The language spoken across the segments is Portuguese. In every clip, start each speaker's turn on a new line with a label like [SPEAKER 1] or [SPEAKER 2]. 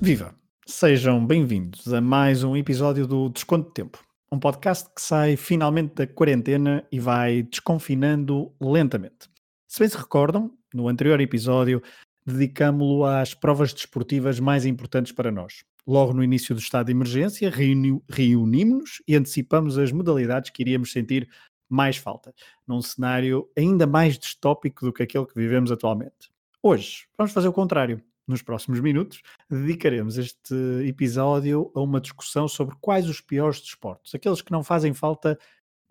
[SPEAKER 1] Viva! Sejam bem-vindos a mais um episódio do Desconto de Tempo, um podcast que sai finalmente da quarentena e vai desconfinando lentamente. Se bem se recordam, no anterior episódio dedicámo-lo às provas desportivas mais importantes para nós. Logo no início do estado de emergência, reuni reunimos-nos e antecipamos as modalidades que iríamos sentir mais falta, num cenário ainda mais distópico do que aquele que vivemos atualmente. Hoje, vamos fazer o contrário. Nos próximos minutos, dedicaremos este episódio a uma discussão sobre quais os piores desportos, aqueles que não fazem falta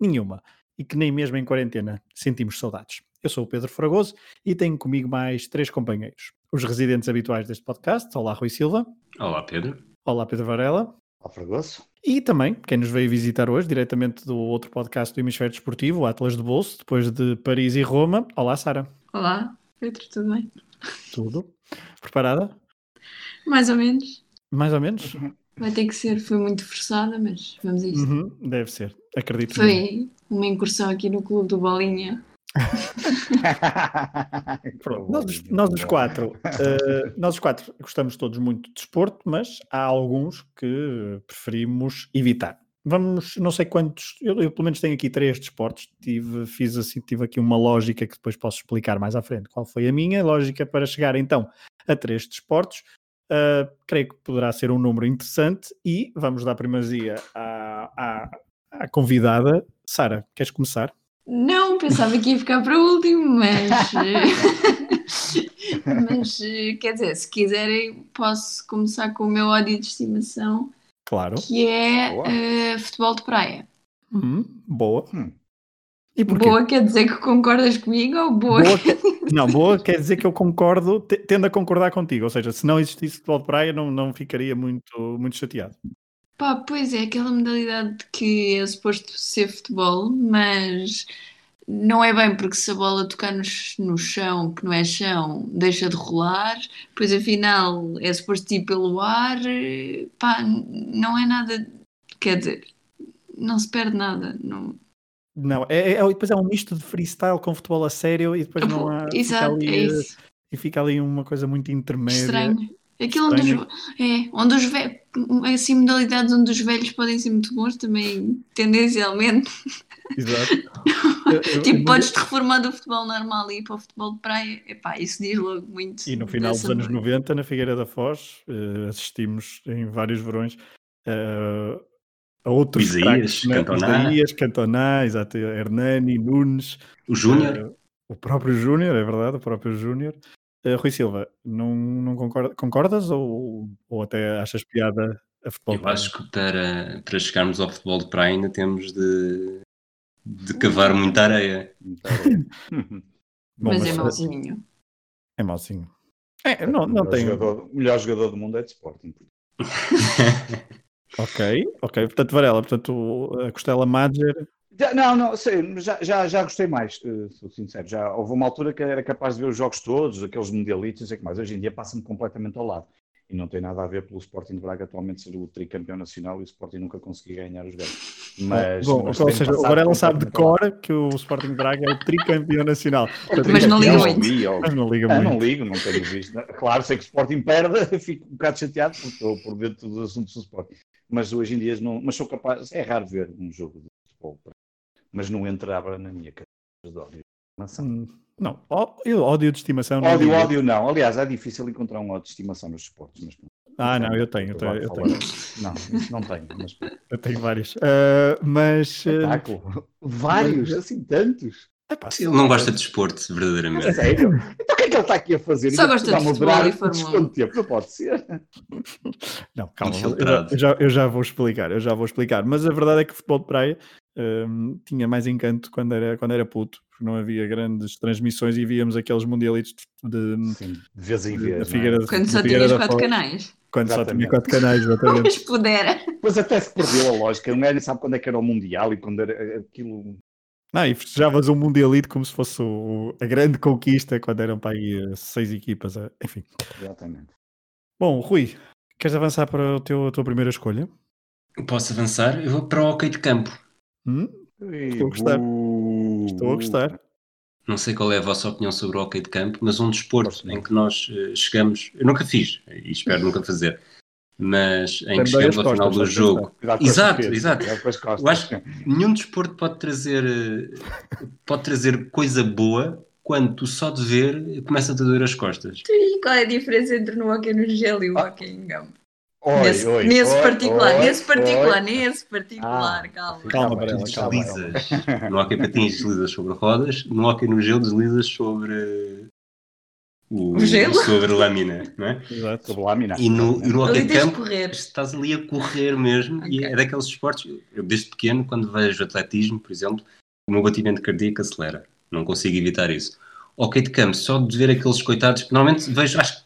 [SPEAKER 1] nenhuma e que nem mesmo em quarentena sentimos saudades. Eu sou o Pedro Fragoso e tenho comigo mais três companheiros. Os residentes habituais deste podcast, olá Rui Silva,
[SPEAKER 2] Olá, Pedro.
[SPEAKER 1] olá Pedro Varela,
[SPEAKER 3] Ó Fragoso?
[SPEAKER 1] e também, quem nos veio visitar hoje, diretamente do outro podcast do Hemisfério Desportivo, o Atlas de Bolso, depois de Paris e Roma. Olá, Sara.
[SPEAKER 4] Olá, Pedro, tudo bem?
[SPEAKER 1] Tudo. Preparada?
[SPEAKER 4] Mais ou menos.
[SPEAKER 1] Mais ou menos?
[SPEAKER 4] Vai ter que ser, foi muito forçada, mas vamos a isso.
[SPEAKER 1] Uhum, deve ser. Acredito. que
[SPEAKER 4] Foi uma incursão aqui no Clube do Bolinha.
[SPEAKER 1] Pronto. Nós, os- nós os quatro, eh, nós os quatro gostamos todos muito de desporto, mas há alguns que preferimos evitar. Vamos, não sei quantos, eu, eu pelo menos tenho aqui três desportos, tive, fiz assim, tive aqui uma lógica que depois posso explicar mais à frente qual foi a minha lógica para chegar então a três desportos. Eh, creio que poderá ser um número interessante e vamos dar primazia à, à- à convidada. Sara, queres começar?
[SPEAKER 4] Não pensava que ia ficar para último, mas. eh, mas, eh, quer dizer, se quiserem, posso começar com o meu ódio de estimação,
[SPEAKER 1] Claro.
[SPEAKER 4] que é
[SPEAKER 3] Boa.
[SPEAKER 4] eh, futebol de praia.
[SPEAKER 1] Hum, boa.
[SPEAKER 3] Hum.
[SPEAKER 1] E porquê?
[SPEAKER 4] Boa quer dizer que concordas comigo ou boa?
[SPEAKER 1] Boa que- Não, boa quer dizer que eu concordo, te- tendo a concordar contigo. Ou seja, se não existisse futebol de praia, não, não ficaria muito, muito chateado.
[SPEAKER 4] Pá, pois é, aquela modalidade que é suposto ser futebol, mas não é bem porque se a bola tocar no, ch- no chão, que não é chão, deixa de rolar, pois afinal é suposto ir pelo ar, eh, pá, n- não é nada, quer dizer, não se perde nada, não.
[SPEAKER 1] Não, é, é- é- depois é um misto de freestyle com futebol a sério e depois não há.
[SPEAKER 4] Exato,
[SPEAKER 1] fica ali,
[SPEAKER 4] é
[SPEAKER 1] eh,
[SPEAKER 4] isso,
[SPEAKER 1] E fica ali uma coisa muito intermédia.
[SPEAKER 4] estranho. Aquilo onde
[SPEAKER 1] Estranho.
[SPEAKER 4] os, é, onde os velhos, assim, modalidades onde os velhos podem ser muito bons também, tendencialmente.
[SPEAKER 1] Exato. Eu- eu- eu
[SPEAKER 4] Tipo,
[SPEAKER 1] não-
[SPEAKER 4] podes-te reformar do futebol normal e ir para o futebol de praia. Epá, isso diz logo muito.
[SPEAKER 1] E no final dos
[SPEAKER 4] dessa-
[SPEAKER 1] anos 90, na Figueira da Foz, eh, assistimos em vários verões eh, a outros.
[SPEAKER 2] Isaías,
[SPEAKER 1] craques, né?
[SPEAKER 2] Cantona.
[SPEAKER 1] Isaías, Cantona, exato, Hernani, Nunes.
[SPEAKER 2] O Júnior?
[SPEAKER 1] Eh, o próprio Júnior, é verdade, o próprio Júnior. Eh, Rui Silva, não, não concorda- concordas ou, ou até achas piada a futebol?
[SPEAKER 2] Eu acho que para, para chegarmos ao futebol de praia ainda temos de, de cavar muita areia.
[SPEAKER 3] Tá
[SPEAKER 1] Bom,
[SPEAKER 4] mas,
[SPEAKER 1] mas
[SPEAKER 4] é
[SPEAKER 1] fa-
[SPEAKER 4] mauzinho.
[SPEAKER 1] É mauzinho. É, não, não
[SPEAKER 3] o melhor
[SPEAKER 1] tem.
[SPEAKER 3] jogador- o melhor jogador do mundo é de Sporting.
[SPEAKER 1] Ok, ok. Portanto, Varela, portanto, o- a Costela Madger.
[SPEAKER 3] Já- não, não, sei, mas já, já, já gostei mais, eh, sou sincero. Já houve uma altura que era capaz de ver os jogos todos, aqueles mundialitos, não sei o que mais. Hoje em dia passa-me completamente ao lado. E não tem nada a ver pelo Sporting de Braga atualmente ser o tricampeão nacional e o Sporting nunca conseguir ganhar os jogos. Mas,
[SPEAKER 1] Bom,
[SPEAKER 3] mas
[SPEAKER 1] ou
[SPEAKER 3] tem
[SPEAKER 1] seja, o
[SPEAKER 3] passado
[SPEAKER 1] Varela sabe de
[SPEAKER 3] completamente ao lado.
[SPEAKER 1] cor que o Sporting Braga é o tricampeão nacional. Portanto, é um
[SPEAKER 4] Mas não liga
[SPEAKER 3] Tricampeão,
[SPEAKER 4] muito.
[SPEAKER 3] ouvi, ouvi.
[SPEAKER 1] Mas não liga
[SPEAKER 3] Ah,
[SPEAKER 1] muito.
[SPEAKER 3] não ligo, não tenho visto. Claro, sei que o Sporting perde, fico um bocado chateado porque estou por dentro dos assuntos do Sporting. Mas hoje em dia não. Mas sou capaz. É raro ver um jogo de futebol, mas não entrava na minha cabeça de ódio. Estimação.
[SPEAKER 1] Hum, Não, ó- eu ódio de estimação. não
[SPEAKER 3] Ódio,
[SPEAKER 1] digo.
[SPEAKER 3] ódio não. Aliás, é difícil encontrar um ódio de estimação nos esportes. Mas pronto,
[SPEAKER 1] Ah, não, eu tenho, eu tenho, eu
[SPEAKER 3] agora
[SPEAKER 1] tenho,
[SPEAKER 3] falar- Não, isso não tenho. Mas pronto.
[SPEAKER 1] eu tenho vários. Ah, mas. ah,
[SPEAKER 3] espetáculo. Vários, assim tantos.
[SPEAKER 1] epá,
[SPEAKER 2] Ele não gosta de desporto, verdadeiramente.
[SPEAKER 3] Sério? Então o que é que ele está aqui a fazer?
[SPEAKER 4] Só gosta de
[SPEAKER 3] Dá-me a
[SPEAKER 4] futebol
[SPEAKER 3] durar
[SPEAKER 4] e Fórmula 1.
[SPEAKER 3] quanto tempo? Não pode ser.
[SPEAKER 1] Não, calma, eu já,
[SPEAKER 2] Infiltrado.
[SPEAKER 1] eu, já, eu já vou explicar, eu já vou explicar. Mas a verdade é que o futebol de praia hum, tinha mais encanto quando era, quando era puto, porque não havia grandes transmissões e víamos aqueles mundialitos de, de-
[SPEAKER 3] Sim, de vez em
[SPEAKER 1] de- da
[SPEAKER 3] vez. não é?
[SPEAKER 1] Figueira
[SPEAKER 4] Quando
[SPEAKER 1] da
[SPEAKER 4] só
[SPEAKER 1] Figueira
[SPEAKER 4] tinhas
[SPEAKER 1] da
[SPEAKER 4] quatro
[SPEAKER 1] Foz,
[SPEAKER 4] canais.
[SPEAKER 1] Quando só tinha
[SPEAKER 3] Exatamente.
[SPEAKER 1] quatro canais, exatamente.
[SPEAKER 4] Mas pudera.
[SPEAKER 3] Pois até se perdeu a lógica, um gajo nem sabe quando é que era o Mundial e quando era aquilo.
[SPEAKER 1] Não, e festejavas um mundialito como se fosse o- a grande conquista quando eram para aí eh, seis equipas, eh, enfim.
[SPEAKER 3] Exatamente.
[SPEAKER 1] Bom, Rui, queres avançar para o teu, a tua primeira escolha?
[SPEAKER 2] Posso avançar? Eu vou para o hockey de campo.
[SPEAKER 1] Hum? Estou a gostar. Estou
[SPEAKER 3] Uh.
[SPEAKER 1] a gostar.
[SPEAKER 2] Não sei qual é a vossa opinião sobre o hockey de campo, mas um desporto em que nós eh, chegamos, eu nunca fiz e espero nunca fazer, Mas em que
[SPEAKER 3] Também as
[SPEAKER 2] chegamos ao final
[SPEAKER 3] costas,
[SPEAKER 2] do
[SPEAKER 3] só
[SPEAKER 2] jogo,
[SPEAKER 3] pensar. Cuidado com as
[SPEAKER 2] Exato,
[SPEAKER 3] cabeças,
[SPEAKER 2] exato.
[SPEAKER 3] cuidado com as costas.
[SPEAKER 2] Eu acho- nenhum desporto pode trazer eh, pode trazer coisa boa quando tu só de ver começa-te a doer as costas.
[SPEAKER 4] E qual é a diferença entre no hockey no gelo e o
[SPEAKER 3] Ah,
[SPEAKER 4] hockey em gama?
[SPEAKER 3] Oi,
[SPEAKER 4] nesse,
[SPEAKER 3] oi,
[SPEAKER 4] nesse
[SPEAKER 3] oi,
[SPEAKER 4] particular,
[SPEAKER 3] oi,
[SPEAKER 4] nesse particular,
[SPEAKER 3] oi.
[SPEAKER 4] nesse particular,
[SPEAKER 3] Ah,
[SPEAKER 4] calma.
[SPEAKER 1] Calma,
[SPEAKER 3] Tá bem,
[SPEAKER 1] Varela,
[SPEAKER 3] tá
[SPEAKER 1] calma.
[SPEAKER 3] bem.
[SPEAKER 2] Deslizas. No hockey patins deslizas sobre rodas, no hockey no gelo deslizas sobre o,
[SPEAKER 4] O gelo?
[SPEAKER 2] sobre lâmina, não é?
[SPEAKER 1] Exato.
[SPEAKER 3] Sobre lâmina.
[SPEAKER 2] E no, e no hockey
[SPEAKER 4] Ali
[SPEAKER 2] de
[SPEAKER 4] tens de
[SPEAKER 2] campo
[SPEAKER 4] correr.
[SPEAKER 2] estás ali a correr mesmo e
[SPEAKER 4] Ok.
[SPEAKER 2] é daqueles esportes, eu desde pequeno quando vejo atletismo, por exemplo, o meu batimento cardíaco acelera, não consigo evitar isso. Ok de campo, só de ver aqueles coitados, normalmente vejo, acho que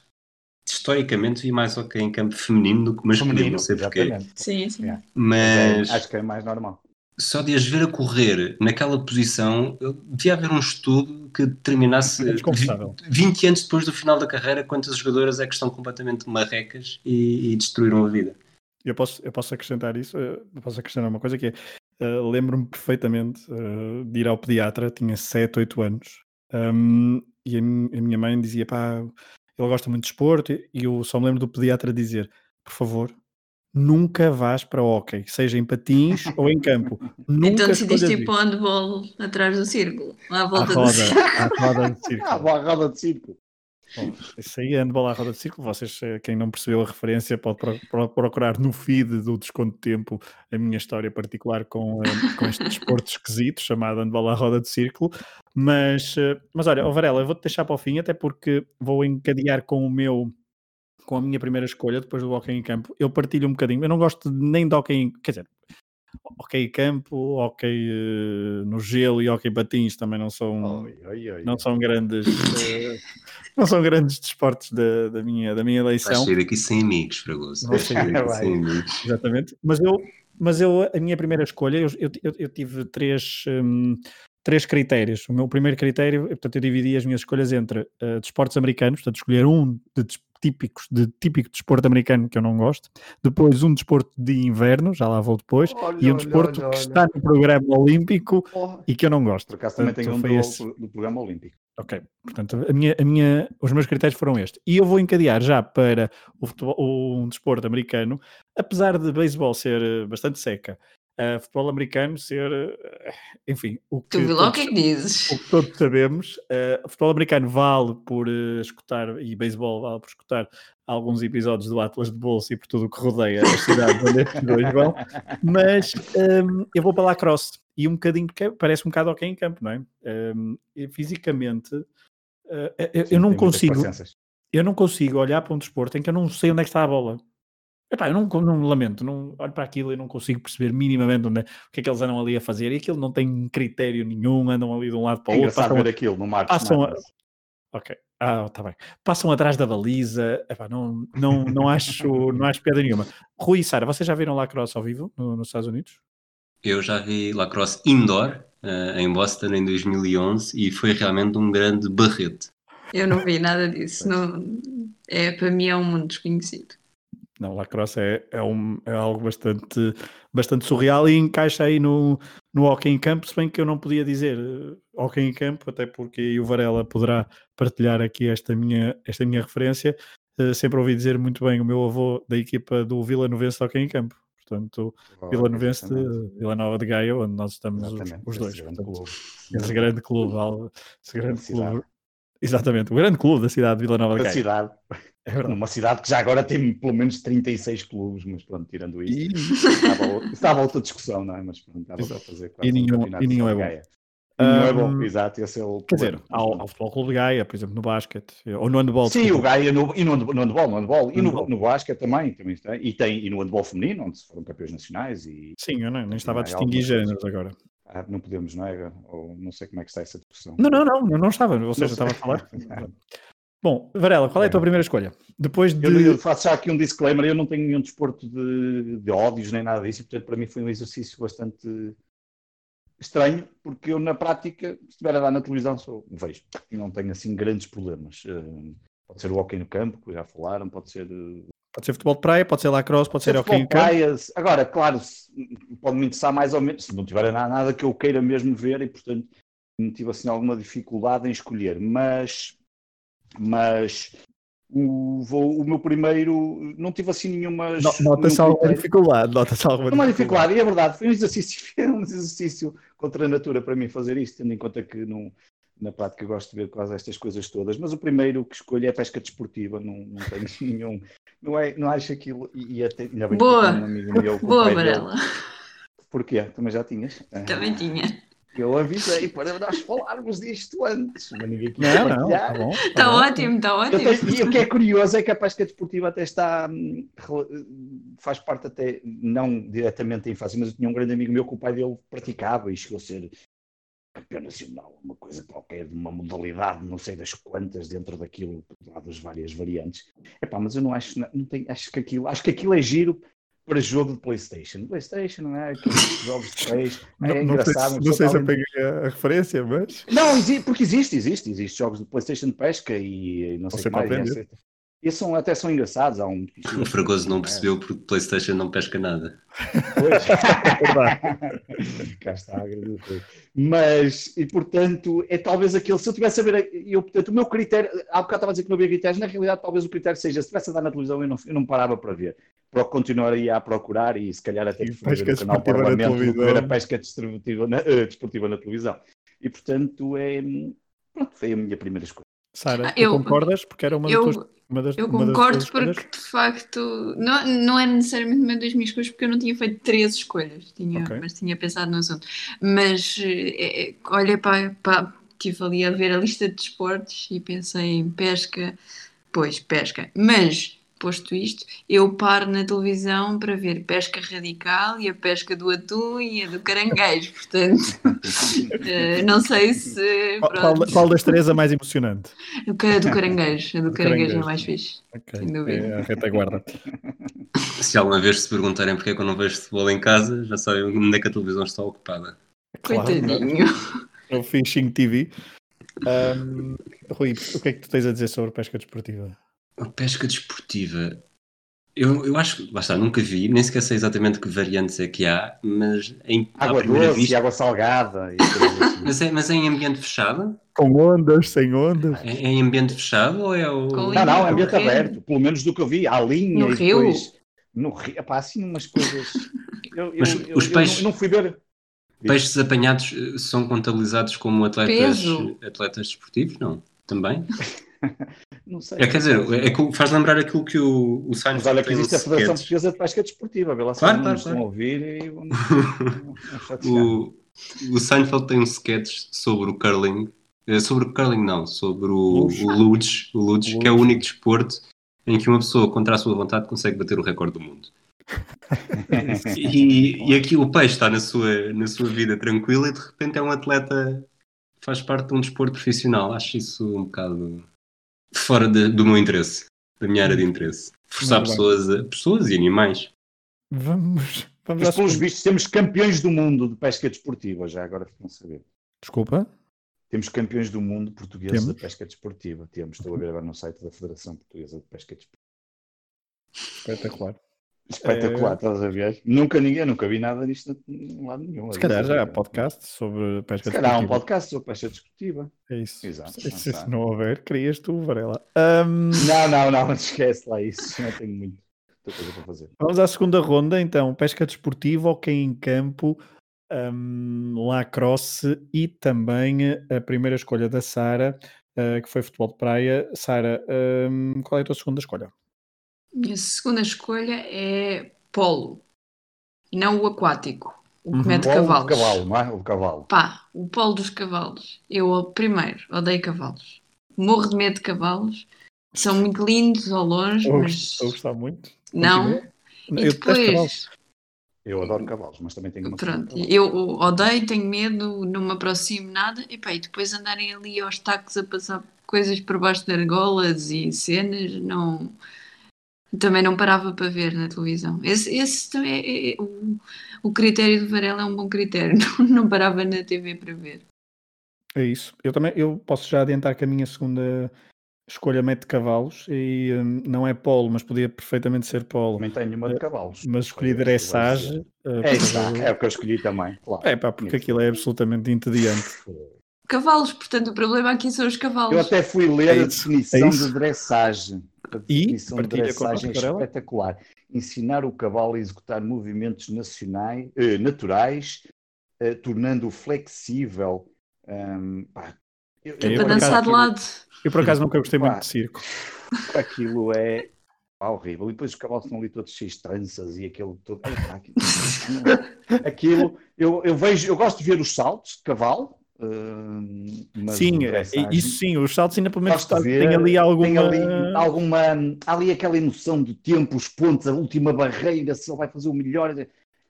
[SPEAKER 2] historicamente vi mais ok em campo feminino do que masculino,
[SPEAKER 3] Feminino,
[SPEAKER 2] não sei porquê,
[SPEAKER 3] exatamente.
[SPEAKER 4] Sim, sim.
[SPEAKER 3] Yeah.
[SPEAKER 2] mas
[SPEAKER 3] É, Acho que é mais normal.
[SPEAKER 2] só de as ver a correr naquela posição, eu- devia haver um estudo que determinasse
[SPEAKER 1] É desconfortável.
[SPEAKER 2] 20 anos depois do final da carreira quantas jogadoras é que estão completamente marrecas e, e destruíram a vida.
[SPEAKER 1] Eu posso, eu posso acrescentar isso, eh, eu posso acrescentar uma coisa que é, eh, lembro-me perfeitamente eh, de ir ao pediatra, tinha 7, 8 anos, ahm, e a, mi- a minha mãe dizia, pá, ele gosta muito de desporto, e e eu só me lembro do pediatra dizer, por favor, nunca vás para o hockey, seja em patins ou em campo. Nunca
[SPEAKER 4] Então decidiste
[SPEAKER 1] escolhas
[SPEAKER 4] ir para o handball atrás do círculo,
[SPEAKER 1] isso."
[SPEAKER 4] à
[SPEAKER 1] à
[SPEAKER 4] volta do
[SPEAKER 1] roda,
[SPEAKER 4] círculo.
[SPEAKER 1] à roda de
[SPEAKER 3] Ah,
[SPEAKER 1] círculo.
[SPEAKER 3] barrada de circo.
[SPEAKER 1] Bom, isso aí é handball à roda de círculo. Vocês, eh, quem não percebeu a referência, pode pro- pro- procurar no feed do Desconto de Tempo a minha história particular com, eh, com este desporto esquisito chamado handball à roda de círculo. Mas, eh, mas olha, ó Varela, eu vou-te deixar para o fim, até porque vou encadear com o meu com a minha primeira escolha depois do hockey em campo. Eu partilho um bocadinho. Eu não gosto de- nem de hockey em... Quer dizer, hockey em campo, hockey eh, no gelo e hockey em patins também não são
[SPEAKER 2] Hum.
[SPEAKER 3] Oi, oi, oi.
[SPEAKER 1] não são grandes eh, não são grandes desportos da, da minha da minha
[SPEAKER 2] Vais
[SPEAKER 1] eleição
[SPEAKER 2] sair daqui sem amigos, Fragoso.
[SPEAKER 1] Não
[SPEAKER 2] Vais sair daqui
[SPEAKER 3] sei.
[SPEAKER 2] sem amigos.
[SPEAKER 1] exatamente mas eu mas eu a minha primeira escolha eu, eu, eu- eu tive três hum, três critérios o meu primeiro critério eh, portanto eu dividi as minhas escolhas entre eh, desportos americanos portanto escolher um de des- típicos de típico desporto americano que eu não gosto depois um desporto de inverno já lá vou depois e um desporto que está no programa olímpico e que eu não gosto
[SPEAKER 3] Por acaso também
[SPEAKER 1] Portanto,
[SPEAKER 3] tenho um
[SPEAKER 1] foi
[SPEAKER 3] do,
[SPEAKER 1] esse.
[SPEAKER 3] do programa olímpico.
[SPEAKER 1] Ok, portanto, a minha, a minha- os meus critérios foram estes. E eu vou encadear já para o futebol- o- um desporto americano, apesar de beisebol ser eh, bastante seca, eh, futebol americano ser, eh, enfim, o que,
[SPEAKER 4] Tu vê lá o que é
[SPEAKER 1] todos,
[SPEAKER 4] que dizes.
[SPEAKER 1] o que todos sabemos. eh, futebol americano vale por eh, escutar, e beisebol vale por escutar alguns episódios do Atlas de Bolsa e por tudo o que rodeia as cidades onde estes dois vão, mas hum, eu vou para lacrosse e um bocadinho, porque parece um bocado ok em campo, não é? Hum, e fisicamente, eh, eu- eu,
[SPEAKER 3] Sim,
[SPEAKER 1] não
[SPEAKER 3] tem muitas
[SPEAKER 1] consigo,
[SPEAKER 3] parecenças.
[SPEAKER 1] eu não consigo olhar para um desporto em que eu não sei onde é que está a bola. Epá, eu não, con- não lamento, não olho para aquilo e não consigo perceber minimamente onde é, o que é que eles andam ali a fazer. E aquilo não tem critério nenhum, andam ali de um lado para
[SPEAKER 3] É
[SPEAKER 1] o outro.
[SPEAKER 3] engraçado
[SPEAKER 1] passam
[SPEAKER 3] ver aquilo no Marcos.
[SPEAKER 1] passam a-
[SPEAKER 3] Marques.
[SPEAKER 1] Ok. Ah, tá bem. Passam atrás da baliza. Epá, não, não, não, acho, não acho piada nenhuma. Rui e Sara, vocês já viram lacrosse ao vivo no- nos Estados Unidos?
[SPEAKER 2] Eu já vi lacrosse indoor eh, em Boston em 2011 e foi realmente um grande barrete.
[SPEAKER 4] Eu não vi nada disso. Não... É, para mim é um mundo desconhecido.
[SPEAKER 1] Não, lacrosse é, é, um- é algo bastante, bastante surreal e encaixa aí no, no hockey em campo, se bem que eu não podia dizer eh, hockey em campo, até porque aí o Varela poderá partilhar aqui esta minha, esta minha referência. Eh, sempre ouvi dizer muito bem o meu avô da equipa do Vila Novense de hockey em campo. Portanto, Vila Novense
[SPEAKER 3] Exatamente.
[SPEAKER 1] de Vila Nova de Gaia, onde nós estamos os,
[SPEAKER 3] Exatamente,
[SPEAKER 1] os
[SPEAKER 3] esse é
[SPEAKER 1] dois.
[SPEAKER 3] grande
[SPEAKER 1] portanto, É
[SPEAKER 3] clube. né?
[SPEAKER 1] esse grande clube, Al- esse grande
[SPEAKER 3] cidade.
[SPEAKER 1] clube. Exatamente, o grande clube da cidade de Vila Nova de
[SPEAKER 3] Da
[SPEAKER 1] Gaia.
[SPEAKER 3] cidade.
[SPEAKER 1] É verdade.
[SPEAKER 3] Numa cidade que já agora tem pelo menos 36 clubes, mas pronto, tirando isso.
[SPEAKER 1] E,
[SPEAKER 3] Estava, estava outra discussão, não é? Mas pronto, estava
[SPEAKER 1] Exato.
[SPEAKER 3] para fazer um
[SPEAKER 1] E nenhum-
[SPEAKER 3] campeonato
[SPEAKER 1] e nenhum
[SPEAKER 3] de
[SPEAKER 1] é bom.
[SPEAKER 3] Gaia. E nenhum é
[SPEAKER 1] Ahm,
[SPEAKER 3] bom, exato, esse é o
[SPEAKER 1] quer dizer,
[SPEAKER 3] problema.
[SPEAKER 1] ao, ao Futebol Clube de Gaia, por exemplo, no basquete, ou no handball.
[SPEAKER 3] Sim,
[SPEAKER 1] desculpa.
[SPEAKER 3] o Gaia no, e no, hand- no handball, no handball, e no,
[SPEAKER 1] Handball.
[SPEAKER 3] no basquete também, também está, e, tem, e no handball feminino, onde foram campeões nacionais, e
[SPEAKER 1] Sim, eu não, nem estava a
[SPEAKER 3] há
[SPEAKER 4] é
[SPEAKER 1] distinguir
[SPEAKER 3] algumas
[SPEAKER 1] géneros agora.
[SPEAKER 3] ah, não podemos, não é? Ou não sei como é que está essa discussão.
[SPEAKER 1] Não, não, não, eu não estava, ou seja,
[SPEAKER 3] sei.
[SPEAKER 1] estava a falar. Bom, Varela, qual é a tua
[SPEAKER 3] Bem.
[SPEAKER 1] primeira escolha? Depois de.
[SPEAKER 3] Eu, eu faço já aqui um disclaimer, eu não tenho nenhum desporto de, de ódios nem nada disso, e, portanto para mim foi um exercício bastante estranho, porque eu na prática, se estiver a dar na televisão, sou, vejo, e não tenho assim grandes problemas. Eh, Pode ser o hockey no campo, que já falaram, pode ser eh,
[SPEAKER 1] Pode ser futebol de praia, pode ser lacrosse, pode ser
[SPEAKER 3] Futebol,
[SPEAKER 1] hockey em campo.
[SPEAKER 3] praias. Agora, claro, se- pode-me interessar mais ou menos, se não tiver na- nada que eu queira mesmo ver e, portanto, não tive assim alguma dificuldade em escolher, mas, mas o, vou, o meu primeiro. Não tive assim nenhuma.
[SPEAKER 1] Nota-se
[SPEAKER 3] nenhum
[SPEAKER 1] alguma
[SPEAKER 3] critério.
[SPEAKER 1] dificuldade. Nota-se alguma
[SPEAKER 3] Não é dificuldade, e é verdade, foi um exercício, foi um exercício contra a natura para mim fazer isto, tendo em conta que não, na prática gosto de ver quase estas coisas todas, mas o primeiro que escolho é a pesca desportiva, não, não tenho nenhum, não, é, não acho aquilo, e, e até, ainda bem
[SPEAKER 4] Boa.
[SPEAKER 3] que eu tenho um amigo meu, que o
[SPEAKER 4] Boa,
[SPEAKER 3] pai dele-
[SPEAKER 4] Varela.
[SPEAKER 3] Porquê? Também já tinhas? Ah,
[SPEAKER 4] Também tinha.
[SPEAKER 3] Eu avisei para nós falarmos disto antes, mas ninguém quis
[SPEAKER 1] Não, não,
[SPEAKER 3] partilhar.
[SPEAKER 1] está bom. tá
[SPEAKER 4] Está
[SPEAKER 1] bom.
[SPEAKER 4] ótimo, está
[SPEAKER 3] Eu
[SPEAKER 4] ótimo.
[SPEAKER 3] tenho- e o que é curioso é que a pesca desportiva até está hum, rela- faz parte até não diretamente em fase, mas eu tinha um grande amigo meu que o pai dele praticava e chegou a ser campeão nacional, uma coisa qualquer, de uma modalidade, não sei das quantas dentro daquilo, lá das várias variantes. Epá, mas eu não acho, não tenho, acho que aquilo, acho que aquilo é giro para jogo de PlayStation. PlayStation, não é? Aqueles jogos de PlayStation,
[SPEAKER 1] Não,
[SPEAKER 3] é
[SPEAKER 1] não sei,
[SPEAKER 3] engraçado.
[SPEAKER 1] se-
[SPEAKER 3] uma
[SPEAKER 1] não sei
[SPEAKER 3] pessoa
[SPEAKER 1] se
[SPEAKER 3] está
[SPEAKER 1] eu
[SPEAKER 3] ali-
[SPEAKER 1] peguei a, a referência, mas.
[SPEAKER 3] não, exi- porque existe, existe, existe jogos de Playstation de pesca e, e não sei o
[SPEAKER 1] Você
[SPEAKER 3] que mais.
[SPEAKER 1] compreendeu?
[SPEAKER 3] e etc. E são, até são engraçados, há um
[SPEAKER 2] O Fragoso não percebeu porque o PlayStation não pesca nada.
[SPEAKER 3] Pois.
[SPEAKER 1] é Verdade.
[SPEAKER 3] Cá está, agradeço. Mas, e portanto, é talvez aquele, se eu tivesse a ver, eu, portanto, o meu critério, há bocado estava a dizer que não havia critérios, na realidade talvez o critério seja, se estivesse a dar na televisão eu não, eu não parava para ver, para continuar aí a procurar e se calhar até
[SPEAKER 1] E
[SPEAKER 3] preferia ver
[SPEAKER 1] pesca
[SPEAKER 3] o canal
[SPEAKER 1] desportiva na
[SPEAKER 3] Parlamento do que ver a
[SPEAKER 1] televisão.
[SPEAKER 3] pesca distributiva na- eh, desportiva na televisão. E portanto, é, pronto, foi a minha primeira escolha.
[SPEAKER 1] Sara,
[SPEAKER 4] Ah,
[SPEAKER 1] tu
[SPEAKER 4] eu-
[SPEAKER 1] concordas? Porque era uma das tuas.
[SPEAKER 4] Eu,
[SPEAKER 1] Uma das,
[SPEAKER 4] eu
[SPEAKER 1] uma das
[SPEAKER 4] concordo
[SPEAKER 1] tuas escolhas?
[SPEAKER 4] porque de facto não, não era necessariamente uma das minhas escolhas porque eu não tinha feito três escolhas, tinha,
[SPEAKER 1] Ok.
[SPEAKER 4] mas tinha pensado no assunto. Mas eh, eh, olhei para, para estive ali a ver a lista de desportos e pensei em pesca, pois pesca, mas posto isto, eu paro na televisão para ver pesca radical e a pesca do atum e a do caranguejo, portanto eh, não sei se
[SPEAKER 1] Qual- Qual,
[SPEAKER 4] pronto,
[SPEAKER 1] qual das três é mais emocionante?
[SPEAKER 4] a do caranguejo, a do
[SPEAKER 1] Do
[SPEAKER 4] caranguejo é
[SPEAKER 1] caranguejo.
[SPEAKER 4] mais fixe.
[SPEAKER 1] Ok,
[SPEAKER 4] Sem dúvida.
[SPEAKER 1] É a retaguarda.
[SPEAKER 2] Se alguma vez se perguntarem porque é que eu não vejo futebol em casa, já sabem onde é que a televisão está ocupada.
[SPEAKER 1] Claro,
[SPEAKER 4] Coitadinho.
[SPEAKER 1] É o Fishing TV. Ahm, Rui, o que é que tu tens a dizer sobre pesca desportiva?
[SPEAKER 2] A pesca desportiva. Eu, eu acho que, lá está, nunca vi, nem sequer sei exatamente que variantes é que há, mas em, à
[SPEAKER 3] Água
[SPEAKER 2] primeira
[SPEAKER 3] doce, e
[SPEAKER 2] vista.
[SPEAKER 3] água salgada e coisas assim.
[SPEAKER 2] Mas é, mas é em ambiente fechado?
[SPEAKER 1] Com ondas, sem ondas?
[SPEAKER 2] É, é em ambiente fechado ou é o.
[SPEAKER 4] Com
[SPEAKER 3] Não, não, é
[SPEAKER 4] No
[SPEAKER 3] ambiente
[SPEAKER 4] rio?
[SPEAKER 3] aberto, pelo menos do que eu vi, há linha
[SPEAKER 4] No
[SPEAKER 3] e
[SPEAKER 4] rio?
[SPEAKER 3] depois no rio, pá, assim umas coisas. Eu, eu-
[SPEAKER 2] Mas
[SPEAKER 3] eu-
[SPEAKER 2] os
[SPEAKER 3] eu
[SPEAKER 2] peixes-
[SPEAKER 3] não, não fui ver.
[SPEAKER 2] Peixes apanhados eh, são contabilizados como atletas,
[SPEAKER 4] Peso.
[SPEAKER 2] atletas desportivos? Não. Também?
[SPEAKER 3] Não sei.
[SPEAKER 2] É, quer dizer, é que faz lembrar aquilo que o, o Sainz
[SPEAKER 3] mas olha que
[SPEAKER 2] tem
[SPEAKER 3] existe a
[SPEAKER 2] nos
[SPEAKER 3] Federação
[SPEAKER 2] sketches.
[SPEAKER 3] Portuguesa de Pesca Desportiva, vê lá se
[SPEAKER 2] Claro,
[SPEAKER 3] não
[SPEAKER 2] claro,
[SPEAKER 3] nos vão
[SPEAKER 2] claro.
[SPEAKER 3] ouvir e vão vão chatear.
[SPEAKER 2] O,
[SPEAKER 1] Tá.
[SPEAKER 2] o Seinfeld tem um sketch sobre o curling, eh, sobre o curling não, sobre o
[SPEAKER 1] Luge.
[SPEAKER 2] o luge, o luge,
[SPEAKER 1] Luge.
[SPEAKER 2] que é o único desporto em que uma pessoa contra a sua vontade consegue bater o recorde do mundo.
[SPEAKER 1] É.
[SPEAKER 2] E, e aqui o peixe está na sua, na sua vida tranquila e de repente é um atleta, faz parte de um desporto profissional. Acho isso um bocado fora de- do meu interesse, da minha área de interesse. Forçar
[SPEAKER 1] Hum. Muito bem.
[SPEAKER 2] pessoas, a- pessoas e animais.
[SPEAKER 1] Vamos, vamos
[SPEAKER 3] Mas
[SPEAKER 1] às
[SPEAKER 3] pelos vistos temos campeões do mundo de pesca desportiva, já agora ficam a saber.
[SPEAKER 1] Desculpa.
[SPEAKER 3] Temos campeões do mundo portugueses
[SPEAKER 1] Temos?
[SPEAKER 3] da pesca desportiva. Temos, estou a ver agora no site da Federação Portuguesa de Pesca Desportiva.
[SPEAKER 1] Espetacular.
[SPEAKER 3] Espetacular, estás a ver? Nunca ninguém, nunca vi nada disto em lado nenhum.
[SPEAKER 1] Se calhar já há podcast sobre pesca
[SPEAKER 3] Se calhar há um
[SPEAKER 1] desportiva.
[SPEAKER 3] podcast sobre pesca desportiva.
[SPEAKER 1] É isso.
[SPEAKER 3] Exato,
[SPEAKER 1] Se, se
[SPEAKER 3] não tá.
[SPEAKER 1] não houver, crias tu, Varela. Ahm,
[SPEAKER 3] Não, não, não, esquece lá isso. Não tenho muito, muita coisa para fazer.
[SPEAKER 1] vamos à segunda ronda, então. Pesca desportiva, ok em campo, ahm, lacrosse e também a primeira escolha da Sara, ah, que foi futebol de praia. Sara, ahm, qual é a tua segunda escolha?
[SPEAKER 4] Minha segunda escolha é polo, não o aquático, o que
[SPEAKER 1] Uhum.
[SPEAKER 4] mete
[SPEAKER 3] Ou
[SPEAKER 4] cavalos.
[SPEAKER 3] o cavalo, não é? O cavalo.
[SPEAKER 4] Pá, o polo dos cavalos. Eu, primeiro, odeio cavalos. Morro de medo de cavalos. São muito lindos ao longe,
[SPEAKER 1] Estou a
[SPEAKER 4] mas
[SPEAKER 1] gos- estou a gostar muito.
[SPEAKER 4] não.
[SPEAKER 1] Continua.
[SPEAKER 4] E
[SPEAKER 1] Eu detesto cavalos.
[SPEAKER 4] depois,
[SPEAKER 3] Eu adoro cavalos, mas também tenho É uma
[SPEAKER 4] pronto,
[SPEAKER 3] cavalo.
[SPEAKER 4] eu odeio, tenho medo, não me aproximo nada. E pá, e depois andarem ali aos tacos a passar coisas por baixo de argolas e cenas, não. Também não parava para ver na televisão. Esse, esse também é, é- é- o, o critério do Varela é um bom critério. Não, não parava na TV para ver.
[SPEAKER 1] É isso. Eu também eu posso já adiantar que a minha segunda escolha mete cavalos e hum, não é polo, mas podia perfeitamente ser polo.
[SPEAKER 3] Também tenho uma de cavalos.
[SPEAKER 1] Eh, Mas escolhi
[SPEAKER 3] Olha, isso vai ser.
[SPEAKER 1] dressage. eh,
[SPEAKER 3] É,
[SPEAKER 1] por
[SPEAKER 3] isso,
[SPEAKER 1] causa do-
[SPEAKER 3] é o que eu escolhi também, claro.
[SPEAKER 1] É pá, porque aquilo é absolutamente entediante.
[SPEAKER 4] Cavalos, portanto, o problema aqui são os cavalos.
[SPEAKER 3] Eu até fui ler
[SPEAKER 1] É
[SPEAKER 3] a
[SPEAKER 1] isso,
[SPEAKER 3] definição
[SPEAKER 1] é isso.
[SPEAKER 3] de dressagem. a
[SPEAKER 1] E
[SPEAKER 3] definição de
[SPEAKER 1] partilha connosco,
[SPEAKER 3] dressagem é
[SPEAKER 1] Varela.
[SPEAKER 3] espetacular. Ensinar o cavalo a executar movimentos nacionais, eh, naturais, eh, tornando-o flexível. Ahm, pá, eu-
[SPEAKER 1] É,
[SPEAKER 3] eu-
[SPEAKER 1] por
[SPEAKER 4] para dançar
[SPEAKER 1] acaso,
[SPEAKER 4] de lado.
[SPEAKER 1] Eu por acaso nunca gostei muito
[SPEAKER 3] Pá.
[SPEAKER 1] de circo.
[SPEAKER 3] Aquilo é pá, horrível. E depois os cavalos estão ali todos cheios de tranças e aquele todo. Ai, pá, aquilo- aquilo, eu, eu vejo, eu gosto de ver os saltos de cavalo. ahm, mas
[SPEAKER 1] sim,
[SPEAKER 3] de
[SPEAKER 1] é-
[SPEAKER 3] dressagem-
[SPEAKER 1] isso sim, os saltos ainda pelo menos
[SPEAKER 3] Gosto de
[SPEAKER 1] tem
[SPEAKER 3] ver,
[SPEAKER 1] ali alguma.
[SPEAKER 3] Tem um ali alguma. Há ali aquela emoção do tempo, os pontos, a última barreira, se ele vai fazer o melhor.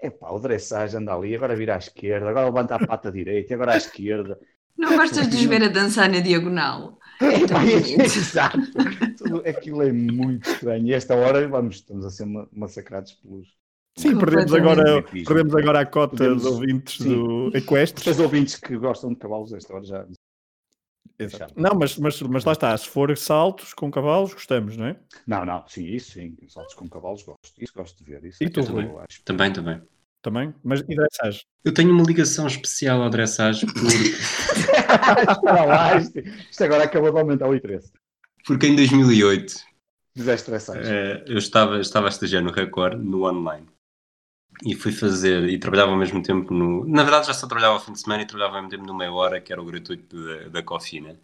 [SPEAKER 3] É pá, o dressagem anda ali, agora vira à esquerda, agora levanta a pata direita, agora à esquerda.
[SPEAKER 4] Não gostas de os ver a dançar na diagonal?
[SPEAKER 3] É, pá, é-
[SPEAKER 4] Exatamente.
[SPEAKER 3] exato. Tudo- Aquilo é muito estranho. E esta hora vamos, estamos a ser ma- massacrados pelos.
[SPEAKER 1] Sim, perdemos
[SPEAKER 4] Completamente.
[SPEAKER 1] agora, perdemos agora a cota
[SPEAKER 3] Podemos-
[SPEAKER 1] de ouvintes
[SPEAKER 3] sim.
[SPEAKER 1] do Equestre.
[SPEAKER 3] Os ouvintes que gostam de cavalos, esta hora já.
[SPEAKER 1] Exato. Não, mas, mas, mas lá está, se for saltos com cavalos, gostamos, não é?
[SPEAKER 3] Não, não, sim, isso sim. Saltos com cavalos, gosto. Isso gosto de ver. Isso
[SPEAKER 1] E tu,
[SPEAKER 3] eu
[SPEAKER 2] Rui?
[SPEAKER 3] acho.
[SPEAKER 2] Também, também.
[SPEAKER 1] Também. Mas e dressagem?
[SPEAKER 2] Eu tenho uma ligação especial ao dressage porque,
[SPEAKER 3] Espera lá, isto, isto agora acabou de aumentar o interesse.
[SPEAKER 2] porque em 2008
[SPEAKER 3] Fizeste dressagem.
[SPEAKER 2] eh, eu estava, estava a estagiar no Record, no online. E fui fazer, e trabalhava ao mesmo tempo no. Na verdade, já só trabalhava ao fim de semana e trabalhava ao mesmo tempo no Meia Hora, que era o gratuito da, da Cofina.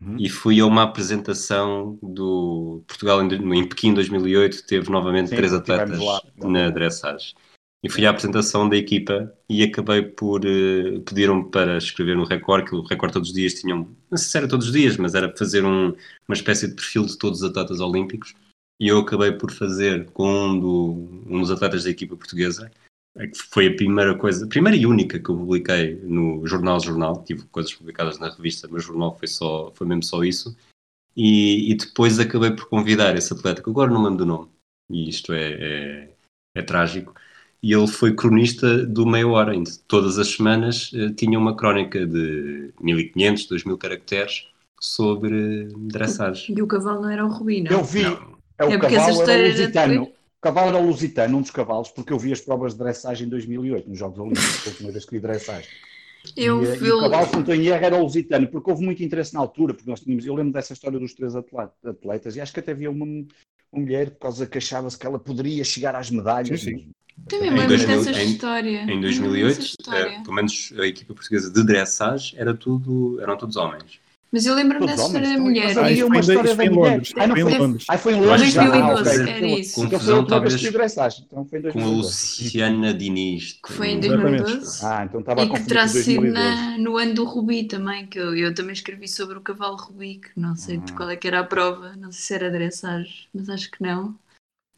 [SPEAKER 3] Uhum.
[SPEAKER 2] E fui a uma apresentação do Portugal em, do- em Pequim 2008, teve novamente
[SPEAKER 3] Sim,
[SPEAKER 2] três
[SPEAKER 3] tivemos
[SPEAKER 2] atletas
[SPEAKER 3] lá.
[SPEAKER 2] na dressage. E fui à apresentação da equipa e acabei por. eh, pediram-me para escrever no Record, que o Record todos os dias tinham. Não sei se era todos os dias, mas era fazer um- uma espécie de perfil de todos os atletas olímpicos. E eu acabei por fazer com um, do- um dos atletas da equipa portuguesa, eh, que foi a primeira coisa, primeira e única que eu publiquei no Jornal Jornal. Tive coisas publicadas na revista, mas o jornal foi, só, foi mesmo só isso. E, e depois acabei por convidar esse atleta, que agora não me lembro do nome, e isto é, é, é trágico. E ele foi cronista do Meia Hora, em que todas as semanas eh, tinha uma crónica de 1500, 2000 caracteres sobre eh, dressage.
[SPEAKER 4] E o cavalo não era o Rubino.
[SPEAKER 3] Eu vi,
[SPEAKER 2] Não,
[SPEAKER 3] é o
[SPEAKER 4] É porque essa
[SPEAKER 3] cavalo era
[SPEAKER 4] história
[SPEAKER 3] o
[SPEAKER 4] era
[SPEAKER 3] lusitano.
[SPEAKER 4] depois-
[SPEAKER 3] O cavalo era o lusitano, um dos cavalos, porque eu vi as provas de dressagem em 2008, nos Jogos Olímpicos, foi a primeira vez que vi dressagem.
[SPEAKER 4] Eu,
[SPEAKER 3] e, eh, e
[SPEAKER 4] eu-
[SPEAKER 3] o cavalo, se não estou em erro, era o lusitano, porque houve muito interesse na altura, porque nós tínhamos, eu lembro dessa história dos três atleta- atletas, e acho que até havia uma, uma mulher por causa que achava-se que ela poderia chegar às medalhas.
[SPEAKER 1] Sim,
[SPEAKER 4] também
[SPEAKER 2] Em
[SPEAKER 4] me lembro
[SPEAKER 2] 2000
[SPEAKER 4] dessa
[SPEAKER 2] em-
[SPEAKER 4] história.
[SPEAKER 2] Em
[SPEAKER 4] Lembro-me dessa
[SPEAKER 2] 2008,
[SPEAKER 4] história.
[SPEAKER 2] eh, pelo menos a equipa portuguesa de dressage era tudo, eram todos homens.
[SPEAKER 4] Mas eu lembro-me
[SPEAKER 3] Todos
[SPEAKER 4] dessa
[SPEAKER 3] homens,
[SPEAKER 4] história da
[SPEAKER 3] todos-
[SPEAKER 4] mulher.
[SPEAKER 3] mas aí
[SPEAKER 1] Ah, isso
[SPEAKER 3] uma
[SPEAKER 1] foi em-
[SPEAKER 3] história
[SPEAKER 1] isso foi em
[SPEAKER 3] da mulher.
[SPEAKER 1] Londres.
[SPEAKER 3] Ah, não
[SPEAKER 1] Foi em
[SPEAKER 4] foi-
[SPEAKER 1] Londres.
[SPEAKER 3] Aí foi em
[SPEAKER 2] Eu acho
[SPEAKER 3] Londres,
[SPEAKER 2] que já
[SPEAKER 3] ah,
[SPEAKER 2] estava a
[SPEAKER 3] ok.
[SPEAKER 2] fazer
[SPEAKER 4] 2012, era isso.
[SPEAKER 3] Então foi
[SPEAKER 2] confusão,
[SPEAKER 3] a última vez
[SPEAKER 2] talvez,
[SPEAKER 3] que vi dressagem, então foi em
[SPEAKER 2] Com a
[SPEAKER 3] 2012.
[SPEAKER 2] Luciana Diniz.
[SPEAKER 4] Que foi em
[SPEAKER 2] não-
[SPEAKER 4] 2012.
[SPEAKER 3] Ah, então estava a
[SPEAKER 4] e que
[SPEAKER 3] confundir
[SPEAKER 4] terá
[SPEAKER 3] com
[SPEAKER 4] sido
[SPEAKER 3] 2012.
[SPEAKER 4] na- no ano do Rubi também, que eu, eu também escrevi sobre o cavalo Rubi, que não sei de
[SPEAKER 3] Ah.
[SPEAKER 4] qual é que era a prova, não sei se era dressage, mas acho que não.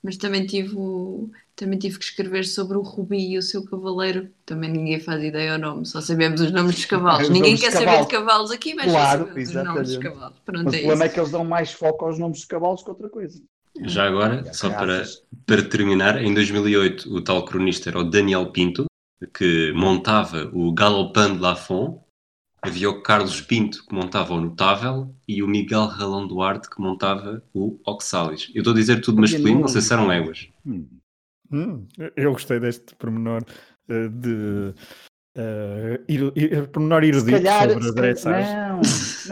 [SPEAKER 4] Mas também tive, o- também tive que escrever sobre o Rubi e o seu cavaleiro. Também ninguém faz ideia ao nome, só sabemos os nomes dos cavalos.
[SPEAKER 3] Os
[SPEAKER 4] ninguém
[SPEAKER 3] nomes
[SPEAKER 4] quer
[SPEAKER 3] de
[SPEAKER 4] saber
[SPEAKER 3] cavalos.
[SPEAKER 4] de cavalos aqui, mas
[SPEAKER 3] Claro,
[SPEAKER 4] só sabemos os nomes dos
[SPEAKER 3] exatamente.
[SPEAKER 4] cavalos. Pronto,
[SPEAKER 3] Mas o
[SPEAKER 4] é
[SPEAKER 3] problema
[SPEAKER 4] isso.
[SPEAKER 3] é que eles dão mais foco aos nomes dos cavalos que outra coisa.
[SPEAKER 2] Já agora, só para, para terminar, em 2008 o tal cronista era o Daniel Pinto, que montava o Galopin de Lafon. Havia o Carlos Pinto, que montava o Notável, e o Miguel Ralão Duarte, que montava o Oxalis. Eu estou a dizer tudo
[SPEAKER 3] Olha,
[SPEAKER 2] masculino, não
[SPEAKER 3] não.
[SPEAKER 2] sei se eram léguas.
[SPEAKER 3] Hum.
[SPEAKER 1] Hum, eu gostei deste pormenor eh, de. eh, ir, ir, pormenor
[SPEAKER 3] Se
[SPEAKER 1] erudito
[SPEAKER 3] calhar,
[SPEAKER 1] sobre a
[SPEAKER 3] se calhar-
[SPEAKER 1] dressagem.
[SPEAKER 3] não,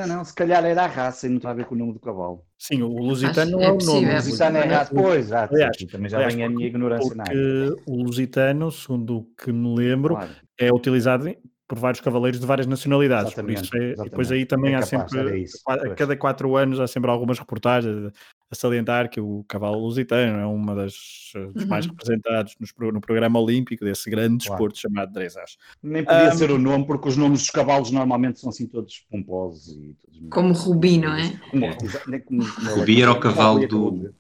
[SPEAKER 3] não, não, se calhar era a raça e não tem a ver com o nome do cavalo.
[SPEAKER 1] Sim, o Lusitano
[SPEAKER 4] Acho-
[SPEAKER 1] é,
[SPEAKER 4] é
[SPEAKER 1] o nome.
[SPEAKER 4] possível.
[SPEAKER 1] o
[SPEAKER 3] O Lusitano é a raça. Pois, já,
[SPEAKER 1] Aliás,
[SPEAKER 3] aqui também já
[SPEAKER 1] aliás,
[SPEAKER 3] vem a minha ignorância na área.
[SPEAKER 1] Porque o Lusitano, segundo o que me lembro,
[SPEAKER 3] Claro,
[SPEAKER 1] é utilizado em- por vários cavaleiros de várias nacionalidades. Por
[SPEAKER 3] Exatamente,
[SPEAKER 1] isso é- e depois
[SPEAKER 3] exatamente.
[SPEAKER 1] aí também
[SPEAKER 3] É
[SPEAKER 1] há
[SPEAKER 3] capaz, era
[SPEAKER 1] sempre,
[SPEAKER 3] isso,
[SPEAKER 1] a- a
[SPEAKER 3] pois.
[SPEAKER 1] cada quatro anos, há sempre algumas reportagens a salientar que o cavalo lusitano é uma das eh, dos mais
[SPEAKER 4] Uhum.
[SPEAKER 1] representados nos pro- no programa olímpico desse grande
[SPEAKER 3] Claro.
[SPEAKER 1] desporto chamado dressage.
[SPEAKER 3] Nem podia
[SPEAKER 1] Ahm.
[SPEAKER 3] ser o nome, porque os nomes dos cavalos normalmente são assim todos pomposos. E todos assim,
[SPEAKER 4] Como Rubi, não é?
[SPEAKER 3] Como,
[SPEAKER 2] É.
[SPEAKER 3] exa- nem como- como ela-
[SPEAKER 2] Rubi era o cavalo
[SPEAKER 3] Rui acabou de
[SPEAKER 2] do-
[SPEAKER 3] dizer.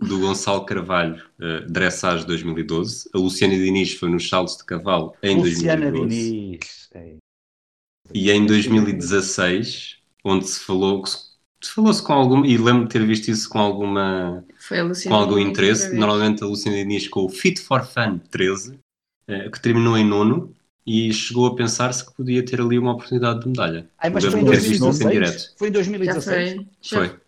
[SPEAKER 2] Do Gonçalo Carvalho, eh, Dressage 2012. A Luciana Diniz foi nos saltos de cavalo em
[SPEAKER 3] Luciana
[SPEAKER 2] 2012.
[SPEAKER 3] Diniz. É.
[SPEAKER 2] E em 2016, onde se falou, falou-se com algum, e lembro de ter visto isso com alguma,
[SPEAKER 4] Foi a Luciana.
[SPEAKER 2] com algum
[SPEAKER 4] Diniz
[SPEAKER 2] interesse,
[SPEAKER 4] outra vez.
[SPEAKER 2] normalmente a Luciana Diniz com o Fit for Fun 13, eh, que terminou em nono, e chegou a pensar-se que podia ter ali uma oportunidade de medalha.
[SPEAKER 3] Ai, mas
[SPEAKER 2] Deve
[SPEAKER 3] foi em
[SPEAKER 2] ter visto isso em
[SPEAKER 3] 2016?
[SPEAKER 2] direto.
[SPEAKER 3] Foi em
[SPEAKER 4] Já
[SPEAKER 3] 2016?
[SPEAKER 4] foi. Já
[SPEAKER 2] Foi.